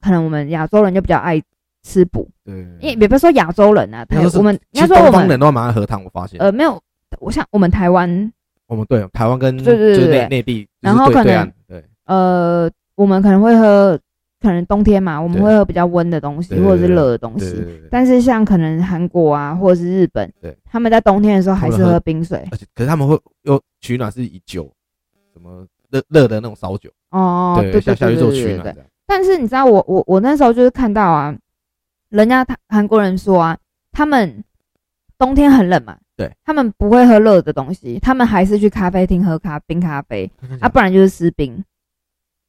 Speaker 2: 可能我们亚洲人就比较爱吃补。
Speaker 1: 对，
Speaker 2: 也也不是说亚洲人啊，台
Speaker 1: 应该说
Speaker 2: 我们
Speaker 1: 其
Speaker 2: 应
Speaker 1: 实
Speaker 2: 该说我
Speaker 1: 东方
Speaker 2: 们
Speaker 1: 人都蛮爱喝汤，我发现。
Speaker 2: 呃没有，我像我们台湾
Speaker 1: 我们对台湾跟
Speaker 2: 对对对
Speaker 1: 就是内
Speaker 2: 对
Speaker 1: 内地，
Speaker 2: 然后
Speaker 1: 就是对
Speaker 2: 可能
Speaker 1: 对岸对
Speaker 2: 呃，我们可能会喝，可能冬天嘛，我们
Speaker 1: 对
Speaker 2: 会喝比较温的东西
Speaker 1: 对对
Speaker 2: 或者是热的东
Speaker 1: 对对
Speaker 2: 西。
Speaker 1: 对对，
Speaker 2: 但是像可能韩国啊，或者是日本
Speaker 1: 对，
Speaker 2: 他们在冬天的时候还
Speaker 1: 他
Speaker 2: 是
Speaker 1: 们喝
Speaker 2: 喝冰水
Speaker 1: 而且可是他们会又取暖是以酒，什么热热的那种烧酒，
Speaker 2: 哦，对对
Speaker 1: 下
Speaker 2: 对
Speaker 1: 下
Speaker 2: 对
Speaker 1: 去
Speaker 2: 对
Speaker 1: 做
Speaker 2: 对
Speaker 1: 取
Speaker 2: 对
Speaker 1: 暖。这样。
Speaker 2: 但是你知道我我我那时候就是看到啊，人家他韩国人说啊，他们冬天很冷嘛，
Speaker 1: 对，
Speaker 2: 他们不会喝热的东西，他们还是去咖啡厅喝咖冰咖啡啊，不然就是吃冰，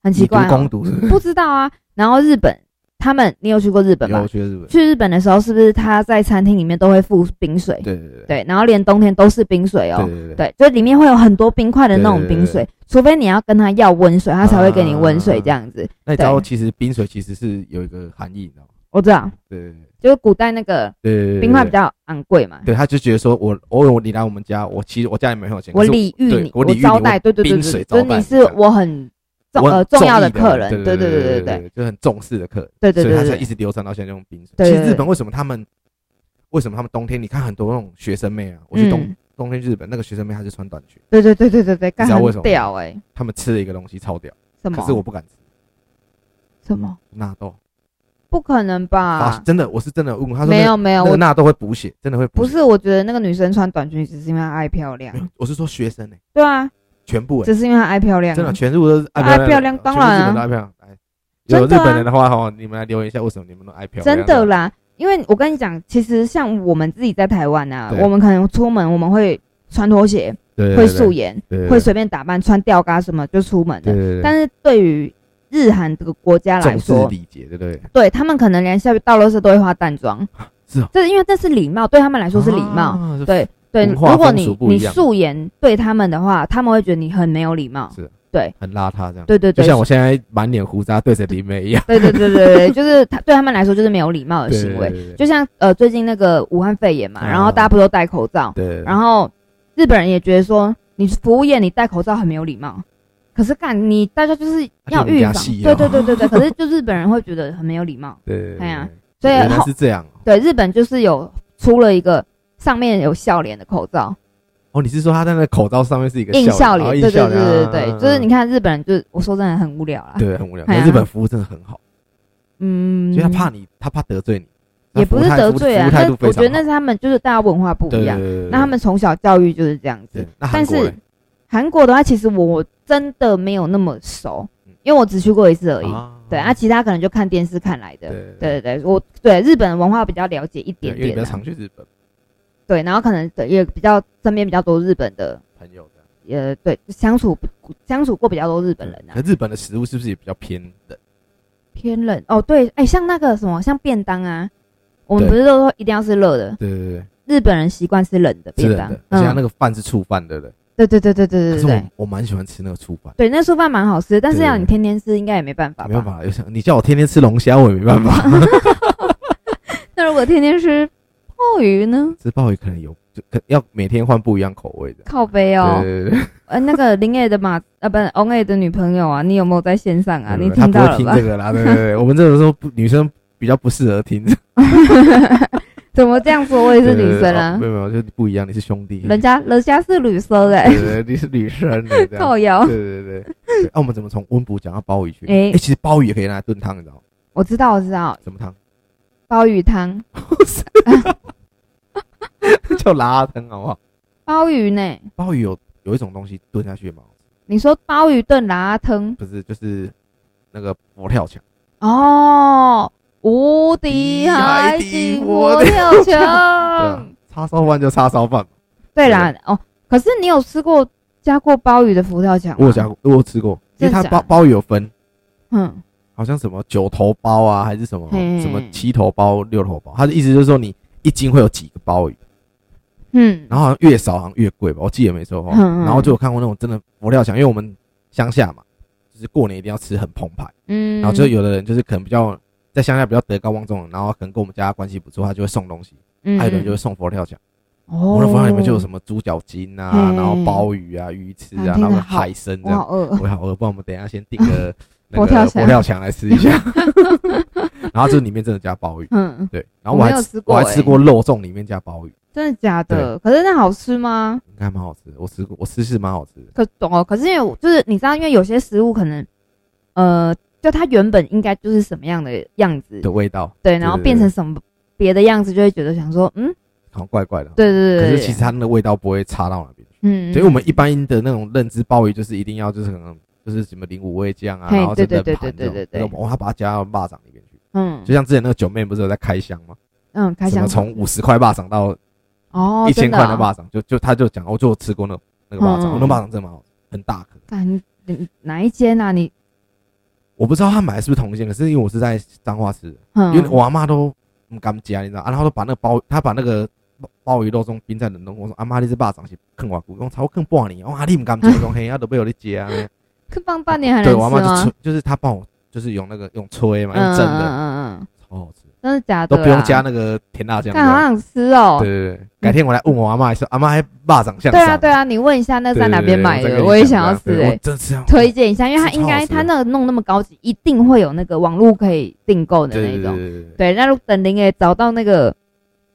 Speaker 2: 很奇
Speaker 1: 以毒
Speaker 2: 怪、
Speaker 1: 攻
Speaker 2: 哦，
Speaker 1: 毒是不是？
Speaker 2: 不知道啊。然后日本，他们你有去过日 本
Speaker 1: 有
Speaker 2: 吗
Speaker 1: 我？去日本，
Speaker 2: 去日本的时候，是不是他在餐厅里面都会附冰水？
Speaker 1: 对对对对
Speaker 2: 对，然后连冬天都是冰水哦。
Speaker 1: 对对对，
Speaker 2: 对，就里面会有很多冰块的那种
Speaker 1: 对对啊
Speaker 2: 冰水，除非你要跟他要温水，他才会给你温水这样子。
Speaker 1: 那你知道
Speaker 2: 对
Speaker 1: 其实冰水其实是有一个含义，你知道吗？
Speaker 2: 我知道，
Speaker 1: 对对对
Speaker 2: 就是古代那个
Speaker 1: 对对对，
Speaker 2: 冰块比
Speaker 1: 较，
Speaker 2: 较昂贵嘛，
Speaker 1: 对他就觉得说我偶尔你来我们家，我其实我家里没很有钱，
Speaker 2: 我
Speaker 1: 可是
Speaker 2: 礼遇
Speaker 1: 对
Speaker 2: 你，
Speaker 1: 我礼遇你
Speaker 2: 招待，对对对
Speaker 1: 冰水
Speaker 2: 对，就
Speaker 1: 招
Speaker 2: 是
Speaker 1: 待
Speaker 2: 你
Speaker 1: 你
Speaker 2: 是我很重
Speaker 1: 我
Speaker 2: 呃
Speaker 1: 很
Speaker 2: 重要的
Speaker 1: 意
Speaker 2: 客人，
Speaker 1: 对
Speaker 2: 对
Speaker 1: 对
Speaker 2: 对对
Speaker 1: 对
Speaker 2: 对对
Speaker 1: 对，就很重视的客人，
Speaker 2: 对对
Speaker 1: 所以他
Speaker 2: 对
Speaker 1: 才
Speaker 2: 对
Speaker 1: 一直
Speaker 2: 对，
Speaker 1: 流传到现在用冰水。
Speaker 2: 对
Speaker 1: 其
Speaker 2: 对
Speaker 1: 实日本
Speaker 2: 对
Speaker 1: 为什么他们为什么他们冬天你看很多那种学生妹啊，我去冬
Speaker 2: 嗯
Speaker 1: 冬天日本那个学生妹她就穿短裙，
Speaker 2: 对对对对对对，干
Speaker 1: 知道为什么吗
Speaker 2: 很屌哎，
Speaker 1: 他们吃了一个东西超屌，
Speaker 2: 什
Speaker 1: 可是我
Speaker 2: 么
Speaker 1: 不敢吃
Speaker 2: 什么？
Speaker 1: 纳豆，
Speaker 2: 不可能
Speaker 1: 啊
Speaker 2: 吧？
Speaker 1: 真的我是真的问过他说
Speaker 2: 没
Speaker 1: 那
Speaker 2: 有没有，
Speaker 1: 那个
Speaker 2: 我
Speaker 1: 纳豆会补血，真的会补
Speaker 2: 不
Speaker 1: 血
Speaker 2: 是，我觉得那个女生穿短裙只是因为她爱漂亮啊
Speaker 1: 没，有，我是说学生呢，欸
Speaker 2: 对啊，
Speaker 1: 全部哎，
Speaker 2: 只是因为她爱漂亮啊，
Speaker 1: 真的全部都是
Speaker 2: 爱漂亮
Speaker 1: 的
Speaker 2: 当
Speaker 1: 全部
Speaker 2: 然
Speaker 1: 日本
Speaker 2: 啊
Speaker 1: 都爱漂亮。来
Speaker 2: 真
Speaker 1: 有日
Speaker 2: 的啊
Speaker 1: 本人的话哈，你们来留言一下，为什么你们都爱漂亮？啊
Speaker 2: 真的啦，因为我跟你讲，其实像我们自己在台湾啊，
Speaker 1: 对
Speaker 2: 我们可能出门我们会穿拖鞋，
Speaker 1: 对，对
Speaker 2: 会素，颜，
Speaker 1: 对
Speaker 2: 会，随便打扮，穿吊嘎什么就出门
Speaker 1: 对
Speaker 2: 了。
Speaker 1: 对对对对对，
Speaker 2: 但是对于日韩这个国家来
Speaker 1: 重视
Speaker 2: 说，
Speaker 1: 礼节，对不对？
Speaker 2: 对他们可能连下到垃圾都会化淡妆，
Speaker 1: 是哦
Speaker 2: 这因为这是礼貌，对他们来说是礼貌。
Speaker 1: 啊，是
Speaker 2: 对对，
Speaker 1: 文化
Speaker 2: 如果
Speaker 1: 风俗
Speaker 2: 你
Speaker 1: 不一
Speaker 2: 你
Speaker 1: 样
Speaker 2: 素颜对他们的话，他们会觉得你很没有礼貌。
Speaker 1: 很邋遢这样。
Speaker 2: 对对
Speaker 1: 啊就
Speaker 2: 对，
Speaker 1: 像我现在满脸胡渣对着林妹一样。
Speaker 2: 对对对对对，就是他对他们来说就是没有礼貌的
Speaker 1: 对
Speaker 2: 行为。
Speaker 1: 对对啊
Speaker 2: 就像呃最近那个武汉肺炎嘛，然后大家不都戴口罩，
Speaker 1: 对，
Speaker 2: 然后日本人也觉得说，你服务业你戴口罩很没有礼貌。可是干你大家就是要预
Speaker 1: 啊
Speaker 2: 防，
Speaker 1: 就你比较细哦
Speaker 2: 对对对对对。可是就日本人会觉得很没有礼貌，
Speaker 1: 对对，对
Speaker 2: 哎呀
Speaker 1: 对
Speaker 2: 所以
Speaker 1: 原来
Speaker 2: 后
Speaker 1: 是这样哦
Speaker 2: 对日本就是有出了一个上面有笑脸的口罩，
Speaker 1: 哦。你是说他在那口罩上面是一个
Speaker 2: 硬
Speaker 1: 笑
Speaker 2: 笑
Speaker 1: 脸，哦硬
Speaker 2: 脸，对对
Speaker 1: 笑
Speaker 2: 对
Speaker 1: 脸
Speaker 2: 对
Speaker 1: 啊
Speaker 2: 对
Speaker 1: 啊
Speaker 2: 对，就是
Speaker 1: 啊
Speaker 2: 你看日本人就是我说真的很无聊啦，
Speaker 1: 对很无聊。
Speaker 2: 哎呀
Speaker 1: 可是日本服务真的很好，
Speaker 2: 嗯
Speaker 1: 所以他，怕你，他怕得罪你，
Speaker 2: 也不是
Speaker 1: 他服务态
Speaker 2: 得罪
Speaker 1: 服
Speaker 2: 啊
Speaker 1: 务，态
Speaker 2: 那
Speaker 1: 度
Speaker 2: 我
Speaker 1: 非
Speaker 2: 觉
Speaker 1: 常
Speaker 2: 得那是他们就是大家文化不
Speaker 1: 好对
Speaker 2: 一
Speaker 1: 对
Speaker 2: 样，
Speaker 1: 对对，
Speaker 2: 那他们从小教育就是这样子
Speaker 1: 对，那韩
Speaker 2: 但
Speaker 1: 国欸
Speaker 2: 是
Speaker 1: 嘞
Speaker 2: 韩国的话，其实我真的没有那么熟
Speaker 1: 嗯，
Speaker 2: 因为我只去过一次而已。
Speaker 1: 啊
Speaker 2: 对啊，其他可能就看电视看来的。
Speaker 1: 对
Speaker 2: 对对对，我对日本文化比较了解一
Speaker 1: 对
Speaker 2: 点
Speaker 1: 因为你比
Speaker 2: 点
Speaker 1: 较
Speaker 2: 啊、
Speaker 1: 常去日本，
Speaker 2: 对，然后可能对也比较身边比较多日本的，
Speaker 1: 朋友这样
Speaker 2: 呃，对，相处相处过比较多日本人啊
Speaker 1: 可，日本的食物是不是也比较偏冷？
Speaker 2: 偏冷哦。对，哎，像那个什么，像便当啊，我们
Speaker 1: 对
Speaker 2: 不是都说一定要吃热的，
Speaker 1: 对对对
Speaker 2: 日本人习惯吃冷的
Speaker 1: 对，是
Speaker 2: 便
Speaker 1: 冷
Speaker 2: 当
Speaker 1: 的，，而且它
Speaker 2: 嗯
Speaker 1: 那，个饭是醋饭，对不对？
Speaker 2: 对对对对对
Speaker 1: 可
Speaker 2: 对
Speaker 1: 是
Speaker 2: 对
Speaker 1: 我。我蛮喜欢吃那个醋饭。
Speaker 2: 对，那素饭蛮好吃的，但是
Speaker 1: 对
Speaker 2: 要
Speaker 1: 对
Speaker 2: 你天天吃，应该也没办法吧？
Speaker 1: 没办法，有想你叫我天天吃龙虾，我也没办法。
Speaker 2: 那如果天天吃鲍鱼呢？
Speaker 1: 吃鲍鱼可能有，就可要每天换不一样口味的。
Speaker 2: 靠背哦，
Speaker 1: 对对对
Speaker 2: 呃，那个林 A 的马，呃，不是 On A 的女朋友啊，你有没有在线上啊？
Speaker 1: 对，
Speaker 2: 你
Speaker 1: 他不
Speaker 2: 听到
Speaker 1: 会
Speaker 2: 了
Speaker 1: 听
Speaker 2: 吧
Speaker 1: 这？个啦。对对对，我们这种时候不女生比较不适合听。
Speaker 2: 怎么这样说？我也是女
Speaker 1: 对
Speaker 2: 生
Speaker 1: 对对哦
Speaker 2: 啊
Speaker 1: 没，有没有，就是不一样，你是兄弟。
Speaker 2: 人家人家是女生哎，
Speaker 1: 对对对，你是女生的这样。
Speaker 2: 靠腰
Speaker 1: 哎对对对对，那我们怎么从温补讲到鲍鱼去？
Speaker 2: 哎
Speaker 1: 哎，其实鲍鱼也可以拿来炖汤，你知道吗？
Speaker 2: 我知道，我知道，
Speaker 1: 什么汤？
Speaker 2: 鲍鱼汤，
Speaker 1: 叫拉汤好不好？
Speaker 2: 鲍鱼呢？
Speaker 1: 鲍鱼有有一种东西炖下去嘛，
Speaker 2: 你说鲍鱼炖拉汤
Speaker 1: 不是就是那个佛跳墙，
Speaker 2: 哦，无敌海底佛跳
Speaker 1: 对啊
Speaker 2: 墙。，
Speaker 1: 叉烧饭就叉烧饭嘛，
Speaker 2: 对啦，哦，可是你有吃过加过鲍鱼的佛跳墙吗？
Speaker 1: 我有加过，我有吃过，因为它
Speaker 2: 嗯真的
Speaker 1: 鲍
Speaker 2: 假的
Speaker 1: 鲍鱼有分，
Speaker 2: 嗯，
Speaker 1: 好像什么九头包啊，还是什么
Speaker 2: 嘿
Speaker 1: 什么七头包、六头包，它的意思就是说你一斤会有几个鲍鱼，
Speaker 2: 嗯
Speaker 1: 然后好像越少好像越贵吧，我记得没错哈。
Speaker 2: 嗯嗯
Speaker 1: 然后就有看过那种真的佛跳墙，因为我们乡下嘛，就是过年一定要吃很澎湃，
Speaker 2: 嗯，
Speaker 1: 然后就有的人就是可能比较在乡下比较德高望重，然后可能跟我们家关系不错，他就会送东西，
Speaker 2: 嗯，
Speaker 1: 还有的人就会送佛跳墙。
Speaker 2: 哦，
Speaker 1: 我的佛跳墙里面就有什么猪脚筋啊，
Speaker 2: 嘿
Speaker 1: 然后鲍鱼啊、鱼翅啊，
Speaker 2: 啊听
Speaker 1: 然
Speaker 2: 着
Speaker 1: 后海参这
Speaker 2: 哦我好
Speaker 1: 样。
Speaker 2: 饿
Speaker 1: 我，好饿，不然我们等一下先订 个那
Speaker 2: 佛跳
Speaker 1: 个
Speaker 2: 墙
Speaker 1: 佛跳墙来吃一 下。然后这里面真的加鲍鱼，
Speaker 2: 嗯，
Speaker 1: 对。然后我
Speaker 2: 我没有
Speaker 1: 还
Speaker 2: 吃过
Speaker 1: 我还
Speaker 2: 欸
Speaker 1: 吃过肉粽里面加鲍鱼，
Speaker 2: 真的假的？可是那好吃吗？
Speaker 1: 应该蛮好吃的。我吃过，我吃是蛮好吃的。
Speaker 2: 可懂哦，可是因为我就是你知道，因为有些食物可能，呃，就它原本应该就是什么样的样子，
Speaker 1: 的味道
Speaker 2: 对，然后
Speaker 1: 对对
Speaker 2: 变成什么别的样子，就会觉得想说，嗯，
Speaker 1: 好像怪怪的，
Speaker 2: 对对
Speaker 1: 可
Speaker 2: 对，
Speaker 1: 是
Speaker 2: 对
Speaker 1: 其实，它那个味道不会差到哪边去。
Speaker 2: 嗯，
Speaker 1: 所以我们一般的那种认知鲍鱼就是一定要就是可能就是什么零五味酱啊，
Speaker 2: 嘿
Speaker 1: 然后
Speaker 2: 对
Speaker 1: 是
Speaker 2: 对
Speaker 1: 冷
Speaker 2: 对
Speaker 1: 盘
Speaker 2: 对
Speaker 1: 这
Speaker 2: 对
Speaker 1: 种
Speaker 2: 对对，
Speaker 1: 然后他把它加到蚂蚱里面去。
Speaker 2: 嗯
Speaker 1: 就像之前那个九妹不是有在开箱吗？
Speaker 2: 嗯，开
Speaker 1: 什么
Speaker 2: 箱
Speaker 1: 从五十块蚂蚱到
Speaker 2: 哦，
Speaker 1: 一千
Speaker 2: 真的
Speaker 1: 块的
Speaker 2: 哦
Speaker 1: 蚂蚱，就就他就讲，哦我就有吃过那种那个蚂蚱，
Speaker 2: 嗯
Speaker 1: 我那蚂蚱真的蛮好吃，很大颗。
Speaker 2: 干你你哪一间啊？你
Speaker 1: 我不知道他买的是不是同一间，可是因为我是在彰化吃的，
Speaker 2: 嗯，
Speaker 1: 因为我阿妈都不敢加，你知道，啊，然后都把那个鲍，他把那个鲍鱼肉中冰在冷冻，我说阿妈你是蚂蚱是坑我骨，我超坑半年，我阿你不敢加，用黑啊都被我的接啊。
Speaker 2: 可放半年还能
Speaker 1: 对
Speaker 2: 吃
Speaker 1: 我阿
Speaker 2: 吗？
Speaker 1: 妈就吹，就是她帮我，就是用那个用吹嘛，
Speaker 2: 嗯
Speaker 1: 用
Speaker 2: 嗯
Speaker 1: 蒸的，
Speaker 2: 嗯嗯，嗯
Speaker 1: 超好吃，
Speaker 2: 真的假的
Speaker 1: 都
Speaker 2: 啊？
Speaker 1: 不用加那个甜辣酱
Speaker 2: 干好
Speaker 1: 料。
Speaker 2: 想吃哦
Speaker 1: 对。对对，改天我来问我阿妈说，阿妈还霸掌向上。
Speaker 2: 对啊，对啊，你问一下那
Speaker 1: 对，
Speaker 2: 在哪边买
Speaker 1: 对
Speaker 2: 的，
Speaker 1: 对
Speaker 2: 我也想要吃
Speaker 1: 对我
Speaker 2: 哎，
Speaker 1: 真的吃啊
Speaker 2: 推荐一下，因为它
Speaker 1: 是
Speaker 2: 应
Speaker 1: 超
Speaker 2: 该
Speaker 1: 好吃的
Speaker 2: 它那个弄那么高级，一定会有那个网络可以订购的
Speaker 1: 对
Speaker 2: 那
Speaker 1: 对对
Speaker 2: 种。
Speaker 1: 对对对。
Speaker 2: 对，那如果等林也找到那个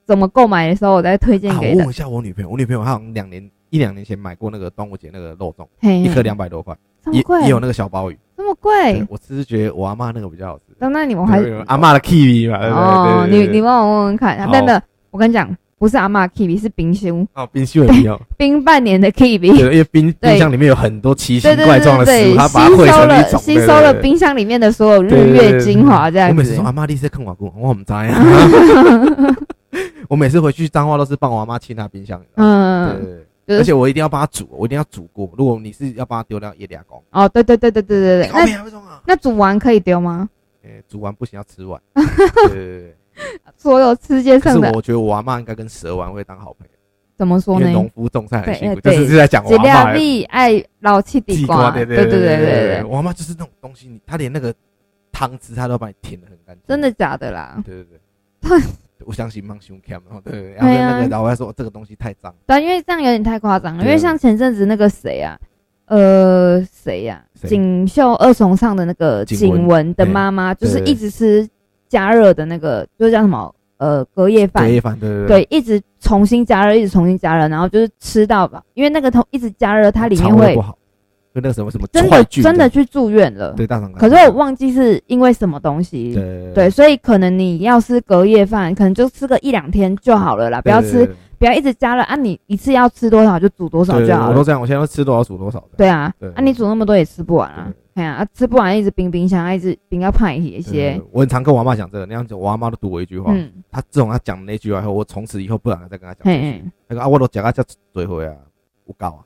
Speaker 2: 怎么购买的时候，我再推荐
Speaker 1: 啊，我
Speaker 2: 给他
Speaker 1: 问。一下我女朋友，我女朋友她好像两年一两年前买过那个端午节那个肉粽，
Speaker 2: 嘿
Speaker 1: 一
Speaker 2: 嘿
Speaker 1: 颗两百多块，
Speaker 2: 哎这么
Speaker 1: 也
Speaker 2: 贵，
Speaker 1: 也有那个小鲍鱼。
Speaker 2: 这么
Speaker 1: 对
Speaker 2: 贵。
Speaker 1: 我只是觉得我阿妈那个比较好吃。
Speaker 2: 哎那那你我还
Speaker 1: 对对对阿妈的 kiwi 嘛，对
Speaker 2: 哦，
Speaker 1: 对对
Speaker 2: 你
Speaker 1: 对对
Speaker 2: 你帮我问问看，
Speaker 1: 好
Speaker 2: 真的，我跟你讲，不是阿妈 kiwi，是冰箱
Speaker 1: 哦，冰淇淋哦，
Speaker 2: 冰半年的 kiwi。
Speaker 1: 对，因为冰
Speaker 2: 对
Speaker 1: 冰箱里面有很多奇
Speaker 2: 对
Speaker 1: 形
Speaker 2: 对
Speaker 1: 怪状的
Speaker 2: 对
Speaker 1: 食
Speaker 2: 对
Speaker 1: 物，
Speaker 2: 对，
Speaker 1: 它把它
Speaker 2: 吸
Speaker 1: 汇
Speaker 2: 收
Speaker 1: 成一
Speaker 2: 了
Speaker 1: 种
Speaker 2: 吸收了。冰箱里面的所有日月精华，这
Speaker 1: 对对对对我
Speaker 2: 样
Speaker 1: 每次
Speaker 2: 子
Speaker 1: 说。阿妈你是坑我姑，我很脏呀。
Speaker 2: 嗯
Speaker 1: 我每次回去脏话都是帮我阿妈清她冰箱，嗯，对
Speaker 2: 嗯，
Speaker 1: 对对
Speaker 2: 就是
Speaker 1: 而且我一定要帮她煮，我一定要煮过。如果你是要帮她丢掉，也俩公。
Speaker 2: 哦，对对对对对对对。
Speaker 1: 后
Speaker 2: 那
Speaker 1: 面还会中啊？
Speaker 2: 那煮完可以丢吗？
Speaker 1: 哎，煮完不行要吃 完。对对对对，
Speaker 2: 所有世界
Speaker 1: 可
Speaker 2: 上的
Speaker 1: 是我觉得我阿妈应该跟蛇丸会当好朋友，
Speaker 2: 怎么说
Speaker 1: 因为农
Speaker 2: 呢？
Speaker 1: 夫种菜很
Speaker 2: 对
Speaker 1: 辛苦，
Speaker 2: 呃
Speaker 1: 就是是在讲我
Speaker 2: 一
Speaker 1: 阿妈的
Speaker 2: 粒米爱老气地瓜，
Speaker 1: 对
Speaker 2: 对对
Speaker 1: 对
Speaker 2: 对
Speaker 1: 对
Speaker 2: 对，
Speaker 1: 我阿妈就是那种东西，你她连那个汤汁她都把你舔的很干净，
Speaker 2: 真的假的啦？
Speaker 1: 对对对
Speaker 2: 对，
Speaker 1: 我相信蛮凶 cam，然后对哦对，对然后
Speaker 2: 对啊
Speaker 1: 那个老外说这个东西太脏，
Speaker 2: 对，啊因为这样有点太夸张了。因
Speaker 1: 对啊
Speaker 2: 为像前阵子那个谁啊，呃，谁呀、
Speaker 1: 谁
Speaker 2: 锦绣二重唱的那个
Speaker 1: 景文
Speaker 2: 景文的妈妈，就
Speaker 1: 对
Speaker 2: 是一直吃加热的那个，就是叫什么呃隔夜饭
Speaker 1: 隔。夜饭，对对
Speaker 2: 对，一直重新加热，一直重新加热，然后就是吃到吧，因为那个头一直加热，它里面
Speaker 1: 肠胃
Speaker 2: 会
Speaker 1: 不好，就那个什么什么
Speaker 2: 真
Speaker 1: 坏
Speaker 2: 的
Speaker 1: 菌
Speaker 2: 真的去住院了。
Speaker 1: 对大肠杆
Speaker 2: 可
Speaker 1: 菌，
Speaker 2: 是我忘记是因为什么东西。
Speaker 1: 对对
Speaker 2: 对，所以可能你要吃隔夜饭，可能就吃个一两天就好了啦，不要吃，
Speaker 1: 对对对
Speaker 2: 不要一直加热啊！你一次要吃多少就煮多少
Speaker 1: 对
Speaker 2: 就
Speaker 1: 对
Speaker 2: 好
Speaker 1: 我
Speaker 2: 了
Speaker 1: 都。这样，我现在都吃多少煮多少的，
Speaker 2: 对啊
Speaker 1: 对，
Speaker 2: 啊你煮那么多也吃不完啊
Speaker 1: 对，
Speaker 2: 哎呀，啊吃不完一直冰冰箱，啊一直冰到派一
Speaker 1: 对
Speaker 2: 些
Speaker 1: 对，对我很常跟我阿妈讲这个，那样子我阿妈都堵我一句话，
Speaker 2: 嗯，
Speaker 1: 她自从她讲那句话以后，我从此以后不敢再跟她讲这
Speaker 2: 嘿
Speaker 1: 句
Speaker 2: 嘿，
Speaker 1: 那个啊，我都食到这嘴回啊，有够啊！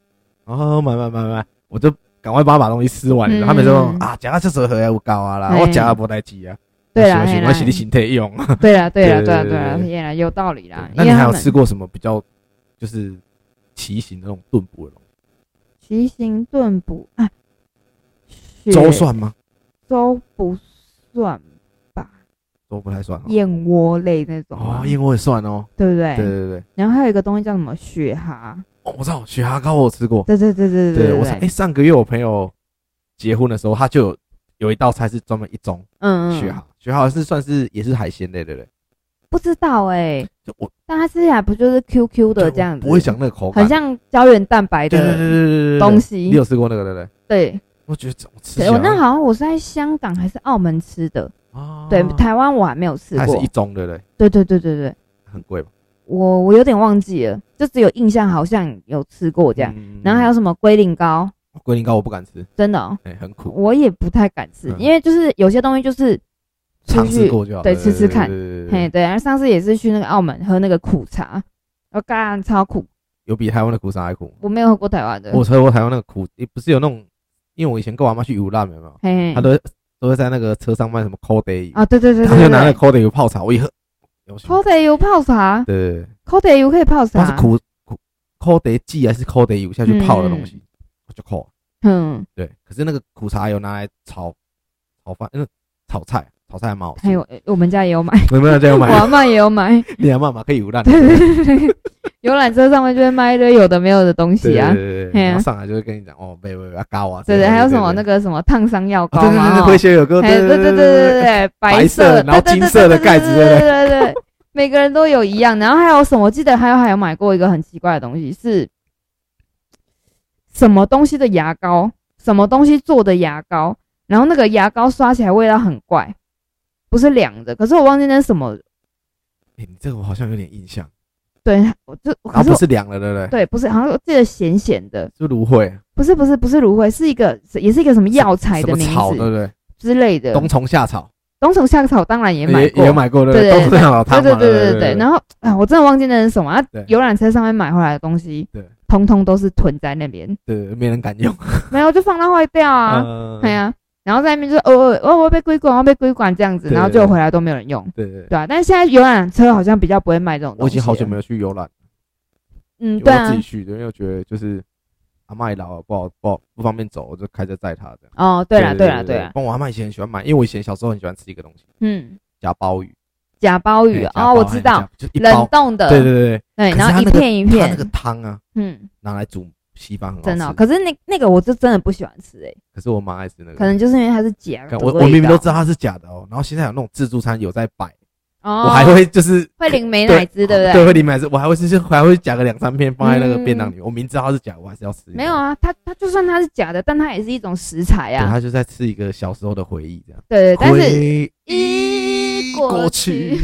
Speaker 1: 然后买买买买，我就赶快帮他把东西吃完。你知道
Speaker 2: 嗯
Speaker 1: 他们说啊，食到这嘴回啊，有够啊啦，
Speaker 2: 嘿
Speaker 1: 我食啊无代志啊，
Speaker 2: 对啦，
Speaker 1: 我
Speaker 2: 嘿
Speaker 1: 是
Speaker 2: 啦
Speaker 1: 我是你身体用。
Speaker 2: 对啦，对啦，
Speaker 1: 对
Speaker 2: 对啦，
Speaker 1: 对
Speaker 2: 对啦，
Speaker 1: 对
Speaker 2: 也啦，有道理啦。
Speaker 1: 那
Speaker 2: 因
Speaker 1: 你
Speaker 2: 为
Speaker 1: 还
Speaker 2: 他
Speaker 1: 有
Speaker 2: 们
Speaker 1: 吃过什么比较就是奇形的那种炖补的东西？
Speaker 2: 奇形炖补啊？雪
Speaker 1: 粥算吗？
Speaker 2: 粥不算，
Speaker 1: 粥不太算哦。
Speaker 2: 燕窝类那种啊
Speaker 1: 哦，，燕窝也算哦。
Speaker 2: 对不
Speaker 1: 对对
Speaker 2: 对？
Speaker 1: 对对，
Speaker 2: 然后还有一个东西叫什么雪蛤？
Speaker 1: 哦，我知道雪蛤膏我有吃过。
Speaker 2: 对对对对
Speaker 1: 对，
Speaker 2: 对嗯
Speaker 1: 我哎
Speaker 2: 对，
Speaker 1: 上个月我朋友结婚的时候，他就有有一道菜是专门一盅
Speaker 2: 嗯嗯，
Speaker 1: 雪蛤，雪蛤是算是也是海鲜类，对不对？
Speaker 2: 不知道哎，
Speaker 1: 就我
Speaker 2: 但它吃起来不就是 Q Q 的
Speaker 1: 对
Speaker 2: 这样子？
Speaker 1: 我不会想那个口感，
Speaker 2: 很像胶原蛋白
Speaker 1: 对对对
Speaker 2: 的
Speaker 1: 对对对
Speaker 2: 东
Speaker 1: 对，
Speaker 2: 西
Speaker 1: 你。有吃过那个对不对？
Speaker 2: 对，
Speaker 1: 我觉得这我吃起
Speaker 2: 对
Speaker 1: 来
Speaker 2: 我那好像我是在香港还是澳门吃的，
Speaker 1: 啊啊，
Speaker 2: 对，台湾我还没有吃
Speaker 1: 它还是
Speaker 2: 过
Speaker 1: 一。盅，对不对？
Speaker 2: 对对对对对，
Speaker 1: 很贵吧？
Speaker 2: 我我有点忘记了，就只有印象好像有吃过这样。
Speaker 1: 嗯
Speaker 2: 然后还有什么龟苓膏，
Speaker 1: 龟苓膏，我不敢吃，
Speaker 2: 真的哦、
Speaker 1: 哎，很苦，
Speaker 2: 我也不太敢吃，
Speaker 1: 嗯
Speaker 2: 因为就是有些东西就是出
Speaker 1: 尝试
Speaker 2: 去，
Speaker 1: 过就好了，
Speaker 2: 对吃吃看
Speaker 1: 对对对对
Speaker 2: 嘿
Speaker 1: 对
Speaker 2: 对。然后上次也是去那个澳门喝那个苦茶，我干超苦，
Speaker 1: 有比台湾的苦茶还苦。
Speaker 2: 我没有喝过台湾的，
Speaker 1: 我喝过台湾那个苦，也不是有那种，因为我以前跟我阿妈去游览，有没有？
Speaker 2: 嘿
Speaker 1: 她
Speaker 2: 嘿
Speaker 1: 都会都会在那个车上卖什么 cold day
Speaker 2: 啊对对对
Speaker 1: 他就
Speaker 2: 对
Speaker 1: 拿那
Speaker 2: 对
Speaker 1: 个 cold day 泡茶，我一喝，有喜欢
Speaker 2: ，cold 油泡茶
Speaker 1: 对对对，
Speaker 2: ，cold 油可以
Speaker 1: 它
Speaker 2: 泡
Speaker 1: 是
Speaker 2: 茶，
Speaker 1: 苦苦 cold day 剂还是 cold day 油下去泡的东西，我就扣。
Speaker 2: 嗯，
Speaker 1: 对，可是那个苦茶油拿来炒炒饭，那炒菜炒菜还蛮好吃。
Speaker 2: 还有呃我们家也有买，
Speaker 1: 有没有这样
Speaker 2: 我
Speaker 1: 买？
Speaker 2: 阿妈也有买，
Speaker 1: 你阿妈嘛可以游览。
Speaker 2: 对对对对，游览车上面就会卖一堆有的没有的东
Speaker 1: 对
Speaker 2: 西
Speaker 1: 对
Speaker 2: 啊，
Speaker 1: 对
Speaker 2: 嘿
Speaker 1: 对，
Speaker 2: 啊
Speaker 1: 然后上来就会跟你讲哦，别别别，高啊，
Speaker 2: 对对，还有什么那
Speaker 1: 个
Speaker 2: 个什么烫伤药膏
Speaker 1: 对对
Speaker 2: 嘛，
Speaker 1: 对对，
Speaker 2: 哦
Speaker 1: 回血有歌，
Speaker 2: 哎，
Speaker 1: 对
Speaker 2: 对对对对
Speaker 1: 对，
Speaker 2: 对，
Speaker 1: 白色
Speaker 2: 色，
Speaker 1: 然后
Speaker 2: 对对
Speaker 1: 金
Speaker 2: 对
Speaker 1: 色
Speaker 2: 对
Speaker 1: 的
Speaker 2: 对
Speaker 1: 盖子
Speaker 2: 对
Speaker 1: 对不
Speaker 2: 对对对对，每个人都有一样。然后还有什么？我记得还有还有买过一个很奇怪的东西，是什么东西的牙膏？什么东西做的牙膏？然后那个牙膏刷起来味道很怪，不是凉的，可是我忘记那是什么。
Speaker 1: 哎你这个我好像有点印象，
Speaker 2: 对，我就
Speaker 1: 然
Speaker 2: 可是
Speaker 1: 后不
Speaker 2: 我
Speaker 1: 是凉了，对不对？
Speaker 2: 对，不是，好像我记得咸咸的，
Speaker 1: 是芦荟，
Speaker 2: 不是不是不是芦荟，是一个也是一个什么药材
Speaker 1: 什
Speaker 2: 的
Speaker 1: 么
Speaker 2: 名
Speaker 1: 草，对
Speaker 2: 字
Speaker 1: 不对？
Speaker 2: 之类的。
Speaker 1: 冬虫夏草
Speaker 2: 冬虫夏草当然也买过，
Speaker 1: 也买过，对不对？
Speaker 2: 对
Speaker 1: 冬
Speaker 2: 对
Speaker 1: 虫夏草汤
Speaker 2: 对
Speaker 1: 嘛，
Speaker 2: 对
Speaker 1: 对
Speaker 2: 对对对。然后啊，我真的忘记那是什么啊
Speaker 1: 对！
Speaker 2: 游览车上面买回来的东西，
Speaker 1: 对，
Speaker 2: 通通都是囤在那边，
Speaker 1: 对，没人敢用
Speaker 2: 没有就放到坏掉啊，
Speaker 1: 嗯
Speaker 2: 对啊。然后在那边就是偶尔哦，我被归管，我被归管这样子，
Speaker 1: 对
Speaker 2: 然后就回来都没有人用，
Speaker 1: 对对对，
Speaker 2: 对啊。但是现在游览车好像比较不会卖这种东西。
Speaker 1: 我已经好久没，有去游览，
Speaker 2: 嗯，
Speaker 1: 我
Speaker 2: 对
Speaker 1: 都自
Speaker 2: 啊
Speaker 1: 己，去的，因为我觉得就是阿妈也老了，不好不好不方便走，我就开车载她这样。
Speaker 2: 哦，对啦，对啦，对啦，
Speaker 1: 帮我阿妈以前很喜欢买，因为我以前小时候很喜欢吃一个东西，
Speaker 2: 嗯，
Speaker 1: 夹鲍鱼。
Speaker 2: 假鲍鱼
Speaker 1: 嘿
Speaker 2: 哦，我知，
Speaker 1: 夹鲍嘿，夹
Speaker 2: 道
Speaker 1: 就一
Speaker 2: 冷
Speaker 1: 包。
Speaker 2: 冻的，
Speaker 1: 对对对
Speaker 2: 对
Speaker 1: 可是
Speaker 2: 然后
Speaker 1: 它
Speaker 2: 一
Speaker 1: 那个
Speaker 2: 片一
Speaker 1: 对，它那个
Speaker 2: 片，
Speaker 1: 汤啊，
Speaker 2: 嗯，
Speaker 1: 拿来煮稀饭很好吃。
Speaker 2: 真的哦。可是那那个我就真的不喜欢吃诶，
Speaker 1: 可是我妈爱吃那个，
Speaker 2: 可能就是因为它是假的
Speaker 1: 干
Speaker 2: 味道，
Speaker 1: 我我明明都知道它是假的哦，然后现在有那种自助餐有在摆，
Speaker 2: 哦，
Speaker 1: 我还会就是
Speaker 2: 会淋美乃滋，对不对？
Speaker 1: 对，会淋奶汁，我还会是就还会夹个两三片放在那个便当里面。我明知道它是假，我还是要吃。
Speaker 2: 嗯没有，啊，它它就算它是假的，但它也是一种食材
Speaker 1: 对，
Speaker 2: 啊。
Speaker 1: 他就在吃一个小时候的回忆，这样。
Speaker 2: 对对，但是
Speaker 1: 回
Speaker 2: 一
Speaker 1: 忆过去，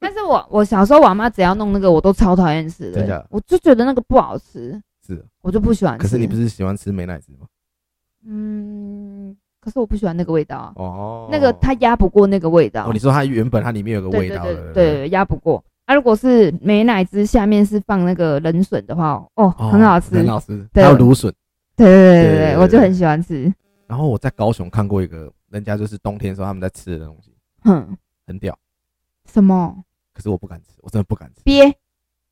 Speaker 2: 但是我我小时候我阿妈只要弄那个，我都超讨厌吃
Speaker 1: 真
Speaker 2: 的
Speaker 1: 的，
Speaker 2: 我就觉得那个不好吃，
Speaker 1: 是。啊
Speaker 2: 我就不喜欢吃。
Speaker 1: 可是你不是喜欢吃美乃滋吗？
Speaker 2: 嗯，可是我不喜欢那个味道啊，
Speaker 1: 哦，
Speaker 2: 那个它压不过那个味道
Speaker 1: 哦，，你说它原本它里面有个
Speaker 2: 对
Speaker 1: 味
Speaker 2: 对
Speaker 1: 道
Speaker 2: 对
Speaker 1: 的，
Speaker 2: 对对，压不过。啊那如果是美乃滋下面是放那个冷笋的话，哦，
Speaker 1: 哦
Speaker 2: 很好吃，
Speaker 1: 很好吃。还
Speaker 2: 对
Speaker 1: 有芦笋。
Speaker 2: 对对
Speaker 1: 对
Speaker 2: 对
Speaker 1: 对
Speaker 2: 对，
Speaker 1: 对
Speaker 2: 我就很喜欢吃，
Speaker 1: 然后我在高雄看过一个，人家就是冬天的时候他们在吃的东西，
Speaker 2: 哼，
Speaker 1: 很屌。
Speaker 2: 什么
Speaker 1: 可是我不敢吃，我真的不敢吃。
Speaker 2: 鳖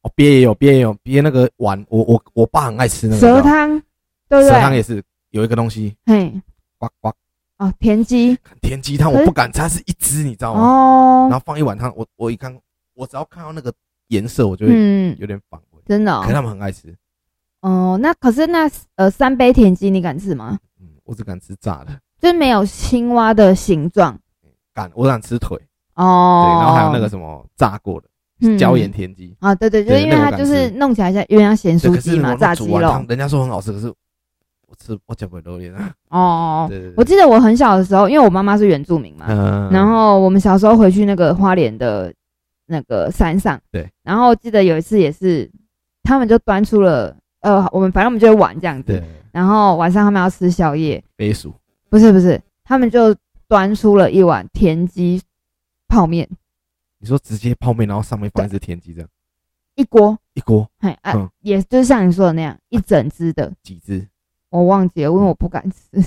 Speaker 1: 哦，鳖也有，鳖也有，鳖那个碗，我我我爸很爱吃那个。
Speaker 2: 蛇，汤，对不
Speaker 1: 蛇汤
Speaker 2: 对？
Speaker 1: 也是有一个东西，
Speaker 2: 嘿，
Speaker 1: 呱呱
Speaker 2: 哦，田鸡
Speaker 1: 田鸡汤，
Speaker 2: 可
Speaker 1: 我
Speaker 2: 是
Speaker 1: 不敢吃，它是一只，你知道吗？
Speaker 2: 哦
Speaker 1: 然，后放一碗汤，我我一看，我只要看到那个颜色，我就会
Speaker 2: 嗯，
Speaker 1: 有点反胃。
Speaker 2: 真的
Speaker 1: 可是
Speaker 2: 哦，
Speaker 1: 他们很爱吃，
Speaker 2: 哦，那可是那呃三杯田鸡你敢吃吗？
Speaker 1: 嗯，我只敢吃炸的，
Speaker 2: 就是没有青蛙的形状
Speaker 1: 敢我敢吃腿，对，
Speaker 2: 哦，
Speaker 1: 然后还有那个什么炸过的
Speaker 2: 嗯
Speaker 1: 椒盐田鸡，
Speaker 2: 啊，对对，就
Speaker 1: 对
Speaker 2: 是因为
Speaker 1: 那个我
Speaker 2: 它
Speaker 1: 敢
Speaker 2: 就是
Speaker 1: 吃
Speaker 2: 弄起来像鸳鸯咸
Speaker 1: 对，
Speaker 2: 酥
Speaker 1: 可
Speaker 2: 鸡
Speaker 1: 是
Speaker 2: 嘛，
Speaker 1: 我
Speaker 2: 炸
Speaker 1: 那
Speaker 2: 鸡
Speaker 1: 煮完汤
Speaker 2: 肉，
Speaker 1: 人家说很好吃，可是我吃我嚼不了榴莲啊，
Speaker 2: 哦。
Speaker 1: 对对对，
Speaker 2: 我记得我很小的时候，因为我妈妈是原住民嘛，
Speaker 1: 嗯
Speaker 2: 然后我们小时候回去那个花莲的那个山上，
Speaker 1: 对，
Speaker 2: 然后记得有一次也是，他们就端出了呃，我们反正我们就会玩这样子
Speaker 1: 对，
Speaker 2: 然后晚上他们要吃宵夜，
Speaker 1: 飞鼠
Speaker 2: 不是不是，他们就端出了一碗田鸡泡面
Speaker 1: 你说直接泡面，然后上面放一只田鸡这样，
Speaker 2: 一锅，
Speaker 1: 一锅
Speaker 2: 嘿，啊，
Speaker 1: 嗯
Speaker 2: 也就是像你说的那样，一整只的，
Speaker 1: 几 只？
Speaker 2: 我忘记了，因为我不敢吃，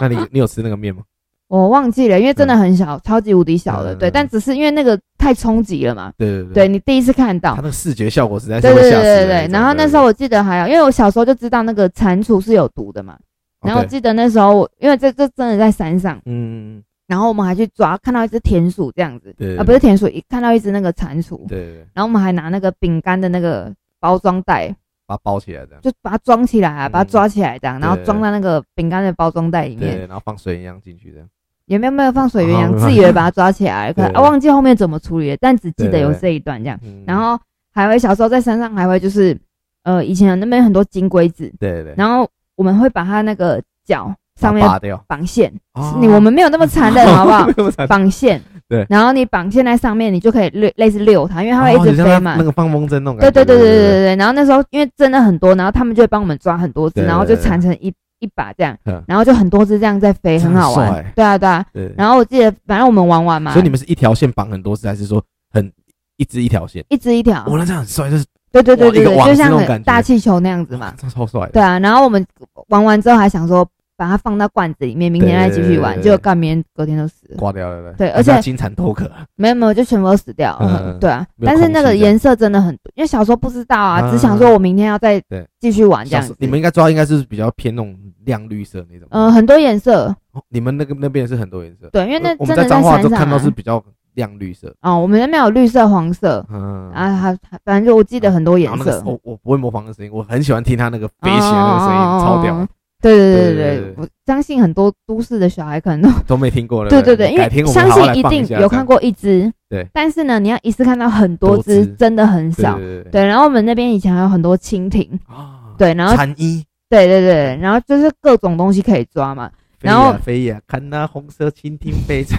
Speaker 1: 那你你有吃那个面吗？
Speaker 2: 我忘记了，因为真的很小，超级无敌小的，
Speaker 1: 嗯
Speaker 2: 对，但只是因为那个太冲击了嘛，
Speaker 1: 对对对
Speaker 2: 对你第一次看
Speaker 1: 它
Speaker 2: 到
Speaker 1: 那。个视觉效果实在是
Speaker 2: 对
Speaker 1: 啊会
Speaker 2: 对
Speaker 1: 吓
Speaker 2: 对
Speaker 1: 死人
Speaker 2: 对
Speaker 1: 的
Speaker 2: 对，
Speaker 1: 种
Speaker 2: 然后那时候我记得还有，因为我小时候就知道那个蟾蜍是有毒的嘛，然后我
Speaker 1: 哦对
Speaker 2: 记得那时候我，因为这这真的在山上，
Speaker 1: 嗯，
Speaker 2: 然后我们还去抓，看到一只田鼠这样子，
Speaker 1: 对
Speaker 2: 啊不是田鼠，一看到一只那个蟾蜍，
Speaker 1: 对对对，
Speaker 2: 然后我们还拿那个饼干的那个包装袋，
Speaker 1: 把它包起来这样，
Speaker 2: 就把它装起来、啊，
Speaker 1: 嗯
Speaker 2: 把它抓起来这样，
Speaker 1: 对
Speaker 2: 然后装在那个饼干的包装袋里面。
Speaker 1: 对，然后放水一样进去这样。
Speaker 2: 也没有没有放水鸳
Speaker 1: 啊
Speaker 2: 鸯，
Speaker 1: 没办法
Speaker 2: 自以为把它抓起来，可
Speaker 1: 对
Speaker 2: 啊忘记后面怎么处理了，但只记得
Speaker 1: 对对
Speaker 2: 有
Speaker 1: 对
Speaker 2: 这一段这样。
Speaker 1: 嗯
Speaker 2: 然后还会小时候在山上还会就是，呃，以前那边有很多金龟子，
Speaker 1: 对对，
Speaker 2: 然后我们会把它那个脚上面
Speaker 1: 拔掉。
Speaker 2: 绑线，
Speaker 1: 哦？
Speaker 2: 你我们没有那么残忍，好不好
Speaker 1: 那么惨
Speaker 2: 绑线，
Speaker 1: 对
Speaker 2: 然后你绑线在上面，你就可以类类似遛它，因为它会
Speaker 1: 哦
Speaker 2: 一
Speaker 1: 就
Speaker 2: 直
Speaker 1: 像
Speaker 2: 飞
Speaker 1: 那
Speaker 2: 嘛
Speaker 1: 那。个放风筝那种感觉。
Speaker 2: 对对对对对对对。然后那时候因为真的很多，然后他们就会帮我们抓很多只，
Speaker 1: 对对
Speaker 2: 然后
Speaker 1: 对
Speaker 2: 就
Speaker 1: 对
Speaker 2: 缠成一一把这样
Speaker 1: 嗯，
Speaker 2: 然后就很多只这样在飞，
Speaker 1: 这
Speaker 2: 很
Speaker 1: 样很
Speaker 2: 好
Speaker 1: 帅
Speaker 2: 玩。对啊对啊。
Speaker 1: 对对。
Speaker 2: 然后我记得，反正我们玩玩嘛，
Speaker 1: 所以你们是一条线绑很多次，还是说很一只一条线？
Speaker 2: 一只一条，
Speaker 1: 哇，那这样很帅，就是
Speaker 2: 对对对对
Speaker 1: 一个
Speaker 2: 对，
Speaker 1: 网
Speaker 2: 就
Speaker 1: 子那
Speaker 2: 像
Speaker 1: 种
Speaker 2: 很
Speaker 1: 感觉
Speaker 2: 大气球那样子
Speaker 1: 哇
Speaker 2: 嘛。
Speaker 1: 这超帅的。
Speaker 2: 对啊，然后我们玩完之后还想说把它放到罐子里面，明天再继
Speaker 1: 对
Speaker 2: 续玩，
Speaker 1: 对对对对
Speaker 2: 结果干明天隔天就死了。
Speaker 1: 挂掉了。
Speaker 2: 对
Speaker 1: 人
Speaker 2: 而且啊
Speaker 1: 家金蝉脱壳。
Speaker 2: 没有没有，就全部都死掉。
Speaker 1: 嗯
Speaker 2: 嗯对啊，
Speaker 1: 没有
Speaker 2: 但是
Speaker 1: 空
Speaker 2: 那
Speaker 1: 隙
Speaker 2: 个
Speaker 1: 这样
Speaker 2: 颜色真的很多，因为小时候不知道啊，
Speaker 1: 嗯
Speaker 2: 只想说我明天要再
Speaker 1: 对
Speaker 2: 继续玩这样
Speaker 1: 小时
Speaker 2: 子。
Speaker 1: 你们应该抓应该是比较偏那种亮绿色那种。
Speaker 2: 嗯，很多颜色，
Speaker 1: 哦，你们那个那边是很多颜色。
Speaker 2: 对，因为那
Speaker 1: 我们
Speaker 2: 真的
Speaker 1: 在彰化
Speaker 2: 山
Speaker 1: 就
Speaker 2: 上
Speaker 1: 看到
Speaker 2: 啊
Speaker 1: 是。比较亮绿色。
Speaker 2: 哦，我们那边有绿色、黄色
Speaker 1: 嗯
Speaker 2: 啊，还还反正就我记得很多颜
Speaker 1: 然后那个
Speaker 2: 色
Speaker 1: 时。候我我不会模仿的声音，我很喜欢听他那个飞起来那个声
Speaker 2: 哦
Speaker 1: 音，超屌，。
Speaker 2: 对对
Speaker 1: 对对
Speaker 2: 对对
Speaker 1: 对
Speaker 2: 对，我相信很多都市的小孩可能都
Speaker 1: 都没听过了。
Speaker 2: 对对对，因
Speaker 1: 改天
Speaker 2: 为
Speaker 1: 我们
Speaker 2: 相
Speaker 1: 好好
Speaker 2: 信
Speaker 1: 来
Speaker 2: 一
Speaker 1: 放
Speaker 2: 定
Speaker 1: 下
Speaker 2: 有看。过一只，
Speaker 1: 对
Speaker 2: 但是呢，你要一次看到很
Speaker 1: 多
Speaker 2: 多只
Speaker 1: 只，
Speaker 2: 真的很
Speaker 1: 这样
Speaker 2: 少。
Speaker 1: 对对对
Speaker 2: 对，然后我们那边以前还有很多蜻蜓，
Speaker 1: 啊，
Speaker 2: 对，然后
Speaker 1: 蝉衣，
Speaker 2: 对对对，然后就是各种东西可以抓嘛。 然后
Speaker 1: 飞呀飞呀，看那红色蜻蜓飞 在。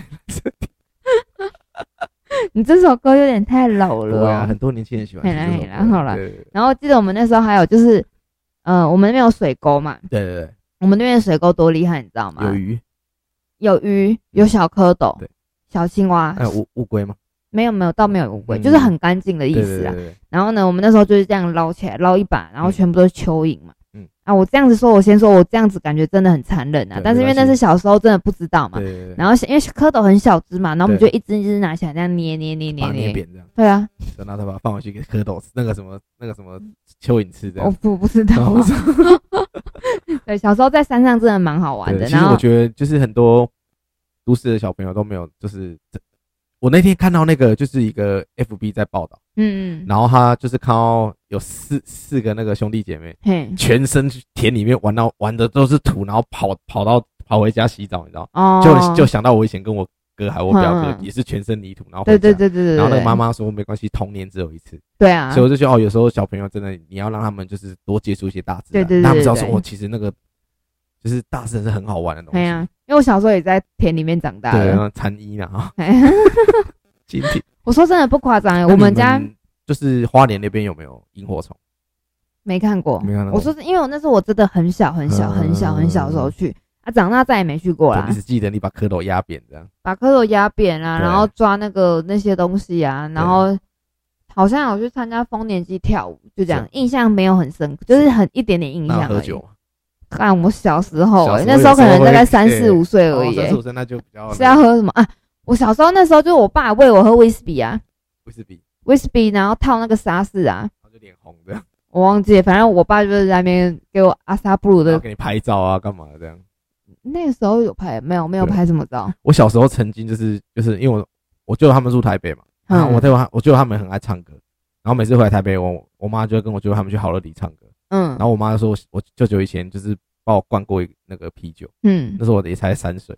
Speaker 2: 你这首歌有点太老了
Speaker 1: 对啊，
Speaker 2: 哦。
Speaker 1: 很多年轻人喜欢
Speaker 2: 嘿
Speaker 1: 听
Speaker 2: 啦
Speaker 1: 这首
Speaker 2: 嘿
Speaker 1: 歌。
Speaker 2: 啦好啦
Speaker 1: 对对
Speaker 2: 然后记得我们那时候还有就是，呃，我们那边有水沟嘛，
Speaker 1: 对对对，
Speaker 2: 我们那边的水沟多厉害，你知道吗？
Speaker 1: 有鱼，
Speaker 2: 有鱼，有小蝌蚪
Speaker 1: 对，
Speaker 2: 小青蛙
Speaker 1: 还，有哎乌乌龟吗？
Speaker 2: 没有没有，倒没有乌龟，
Speaker 1: 嗯
Speaker 2: 就是很干净的意
Speaker 1: 对
Speaker 2: 思啊。。
Speaker 1: 对对对
Speaker 2: 然后呢，我们那时候就是这样捞起来，捞一把，然后全部都是蚯蚓嘛。
Speaker 1: 嗯
Speaker 2: 嗯，啊，我这样子说，我先说，我这样子感觉真的很残忍啊
Speaker 1: 对。
Speaker 2: 但是因为
Speaker 1: 没关
Speaker 2: 那
Speaker 1: 系
Speaker 2: 是小时候，真的不知道嘛。
Speaker 1: 对对对，
Speaker 2: 然
Speaker 1: 后
Speaker 2: 后因为蝌蚪很小只嘛，然后我们就
Speaker 1: 对
Speaker 2: 一只一只拿起来，这样捏捏捏
Speaker 1: 把
Speaker 2: 捏
Speaker 1: 它捏
Speaker 2: 捏。
Speaker 1: 扁这样，
Speaker 2: 对啊，
Speaker 1: 然后他把它放回去给蝌蚪吃，那个什么那个什么蚯蚓吃这
Speaker 2: 我
Speaker 1: 样。
Speaker 2: 不不知道
Speaker 1: 哦。
Speaker 2: 对，小时候在山上真的蛮好玩
Speaker 1: 对，
Speaker 2: 的。
Speaker 1: 其
Speaker 2: 然
Speaker 1: 实我
Speaker 2: 后
Speaker 1: 觉得就是很多都市的小朋友都没有，就是我那天看到那个就是一个 FB 在报道，
Speaker 2: 嗯嗯，
Speaker 1: 然后他就是看到有四四个那个兄弟姐妹，
Speaker 2: 嘿
Speaker 1: 全身去田里面玩到玩的都是土，然后跑跑到跑回家洗澡，你知道？
Speaker 2: 哦，
Speaker 1: 就就想到我以前跟我哥还有我表哥
Speaker 2: 嗯嗯
Speaker 1: 也是全身泥土，然后回
Speaker 2: 对对
Speaker 1: 家。
Speaker 2: 对对对对。
Speaker 1: 然后那个妈
Speaker 2: 妈
Speaker 1: 妈说没关系，童年只有一次，
Speaker 2: 对啊
Speaker 1: 所以，我就觉得哦，有时候小朋友真的你要让他们就是多接触一些大自然，
Speaker 2: 对对对
Speaker 1: 让他们知道
Speaker 2: 对
Speaker 1: 说
Speaker 2: 对
Speaker 1: 哦，其实那个就是大自然是很好玩的东
Speaker 2: 哎
Speaker 1: 西。
Speaker 2: 呀，因为我小时候也在田里面长大
Speaker 1: 对，然
Speaker 2: 的。
Speaker 1: 后蝉衣呢啊，
Speaker 2: 哎
Speaker 1: 蜻蜓。
Speaker 2: 我说真的不夸张欸，
Speaker 1: 那
Speaker 2: 我
Speaker 1: 你
Speaker 2: 们家
Speaker 1: 就是花莲那边有没有萤火虫？
Speaker 2: 没看过，
Speaker 1: 没看到嗯
Speaker 2: 我说是因为我那时候我真的很小很小很小很小的时候去啊，长大再也没去过
Speaker 1: 我
Speaker 2: 啦
Speaker 1: 一。直记得你把蝌蚪压扁这样。
Speaker 2: 把蝌蚪压扁啊，
Speaker 1: 对
Speaker 2: 然后抓那个那些东西啊，然后好像有去参加丰年祭跳舞，就这样
Speaker 1: 是，
Speaker 2: 印象没有很深刻，就是很一点点印
Speaker 1: 那
Speaker 2: 象
Speaker 1: 有喝
Speaker 2: 而已
Speaker 1: 酒。吗？
Speaker 2: 看我小时候
Speaker 1: 小
Speaker 2: 欸，
Speaker 1: 时候
Speaker 2: 那时候可能大概
Speaker 1: 有时候
Speaker 2: 三
Speaker 1: 会
Speaker 2: 四五岁而
Speaker 1: 哦
Speaker 2: 已
Speaker 1: 三
Speaker 2: 欸
Speaker 1: 十，五岁那就比较
Speaker 2: 是要喝什么啊？我小时候那时候就是我爸喂我喝威士忌啊，
Speaker 1: 不是比，
Speaker 2: 威士忌，然后套那个沙士啊，
Speaker 1: 然后就脸红这样，
Speaker 2: 我忘记了，反正我爸就是在那边给我阿萨布鲁
Speaker 1: 然后
Speaker 2: 的
Speaker 1: 给你拍照啊，干嘛这样？
Speaker 2: 那个时候有拍没有？没有
Speaker 1: 对
Speaker 2: 拍什么 照？
Speaker 1: 我小时候曾经就是就是因为我我舅他们住台北嘛，然后我
Speaker 2: 嗯
Speaker 1: 对我我舅他们很爱唱歌，然后每次回来台北，我我妈就会跟我舅他们去好乐迪唱歌，
Speaker 2: 嗯
Speaker 1: 然后我妈说我我舅舅以前就是帮我灌过一那个啤酒，
Speaker 2: 嗯
Speaker 1: 那，时候我也才三岁，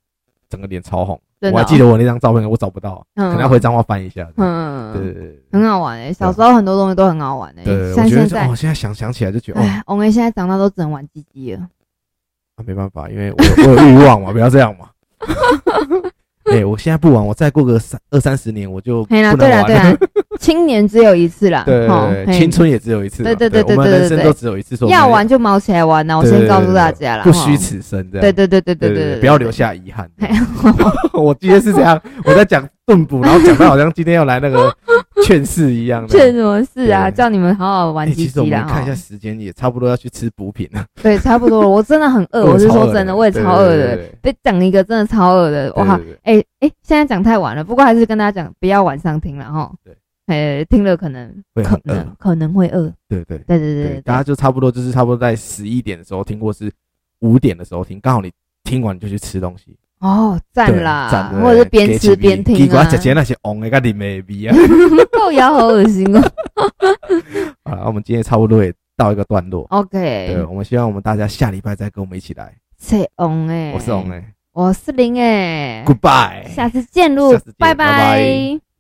Speaker 1: 整个脸超红，
Speaker 2: 真的
Speaker 1: 我还
Speaker 2: 哦
Speaker 1: 记得我那张照片，我找不到，
Speaker 2: 嗯
Speaker 1: 可能要回彰化翻一下。嗯，
Speaker 2: 嗯，
Speaker 1: 对对对对
Speaker 2: 很好玩诶、小时候很多东西都很好玩诶、
Speaker 1: 对对，
Speaker 2: 像
Speaker 1: 我觉
Speaker 2: 现
Speaker 1: 得
Speaker 2: 在
Speaker 1: 哦，，现在想想起来就觉得哦，
Speaker 2: 哎、我们现在长大都只能玩鸡鸡了。
Speaker 1: 啊没办法，因为我有我有欲望嘛，不要这样嘛。哎，我现在不玩，我再过个三二三十年，我就不
Speaker 2: 嘿啦，
Speaker 1: 能
Speaker 2: 对啦，
Speaker 1: 玩
Speaker 2: 对啦
Speaker 1: 了。，
Speaker 2: 青年只有一次啦，
Speaker 1: 对
Speaker 2: 吼
Speaker 1: 对对，
Speaker 2: 嘿
Speaker 1: 青春也只有一次嘛，
Speaker 2: 对对
Speaker 1: 对
Speaker 2: 对对
Speaker 1: 我们
Speaker 2: 对
Speaker 1: 人生
Speaker 2: 对
Speaker 1: 都
Speaker 2: 对
Speaker 1: 只有一次，所以我
Speaker 2: 要
Speaker 1: 们
Speaker 2: 玩就毛起来玩呐、我
Speaker 1: 对
Speaker 2: 先
Speaker 1: 对
Speaker 2: 告诉
Speaker 1: 对
Speaker 2: 大
Speaker 1: 对
Speaker 2: 家啦，
Speaker 1: 不
Speaker 2: 吼
Speaker 1: 虚此生，这样
Speaker 2: 对对对对对
Speaker 1: 对
Speaker 2: 对对，
Speaker 1: 不要留下遗憾。
Speaker 2: 嘿。
Speaker 1: 我今天是这样，我在讲炖补，然后讲到好像今天要来那个劝世一样的。
Speaker 2: 劝什么事啊？
Speaker 1: 对
Speaker 2: 叫你们好好玩
Speaker 1: 哎
Speaker 2: 鸡
Speaker 1: 其实我
Speaker 2: 鸡
Speaker 1: 们
Speaker 2: 啦！
Speaker 1: 看一下
Speaker 2: 吼
Speaker 1: 时间，也差不多要去吃补品了。
Speaker 2: 对，差不多了。我真 的很饿，我是说真的，我也超饿的。
Speaker 1: 对。
Speaker 2: 被讲一个真的超饿的，
Speaker 1: 对
Speaker 2: 哇！
Speaker 1: 对对
Speaker 2: 哎、哎、现在讲太晚了，不过还是跟大家讲，不要晚上听了哈。
Speaker 1: 对，
Speaker 2: 哎、听了可能
Speaker 1: 会
Speaker 2: 可
Speaker 1: 很饿
Speaker 2: 能可能会饿，
Speaker 1: 对对
Speaker 2: 对对对
Speaker 1: 对，
Speaker 2: 对
Speaker 1: 大家
Speaker 2: 对，
Speaker 1: 就差不多就是差不多在十一点的时候听，或是五点的时候听，刚好你听完就去吃东西，
Speaker 2: 哦，赞
Speaker 1: 对
Speaker 2: 啦，
Speaker 1: 赞
Speaker 2: 或者是边吃边听啊，
Speaker 1: 姐姐那些红的跟你没比啊。
Speaker 2: 够摇好恶心哦。
Speaker 1: 好了，我们今天差不多也到一个段落。对，哦
Speaker 2: OK，
Speaker 1: 我们希望我们大家下礼拜再跟我们一起来。
Speaker 2: 翠红哎，
Speaker 1: 我是红，哎
Speaker 2: 我是林哎，
Speaker 1: ，Goodbye。
Speaker 2: 下次见喽
Speaker 1: 下次见，拜拜
Speaker 2: 拜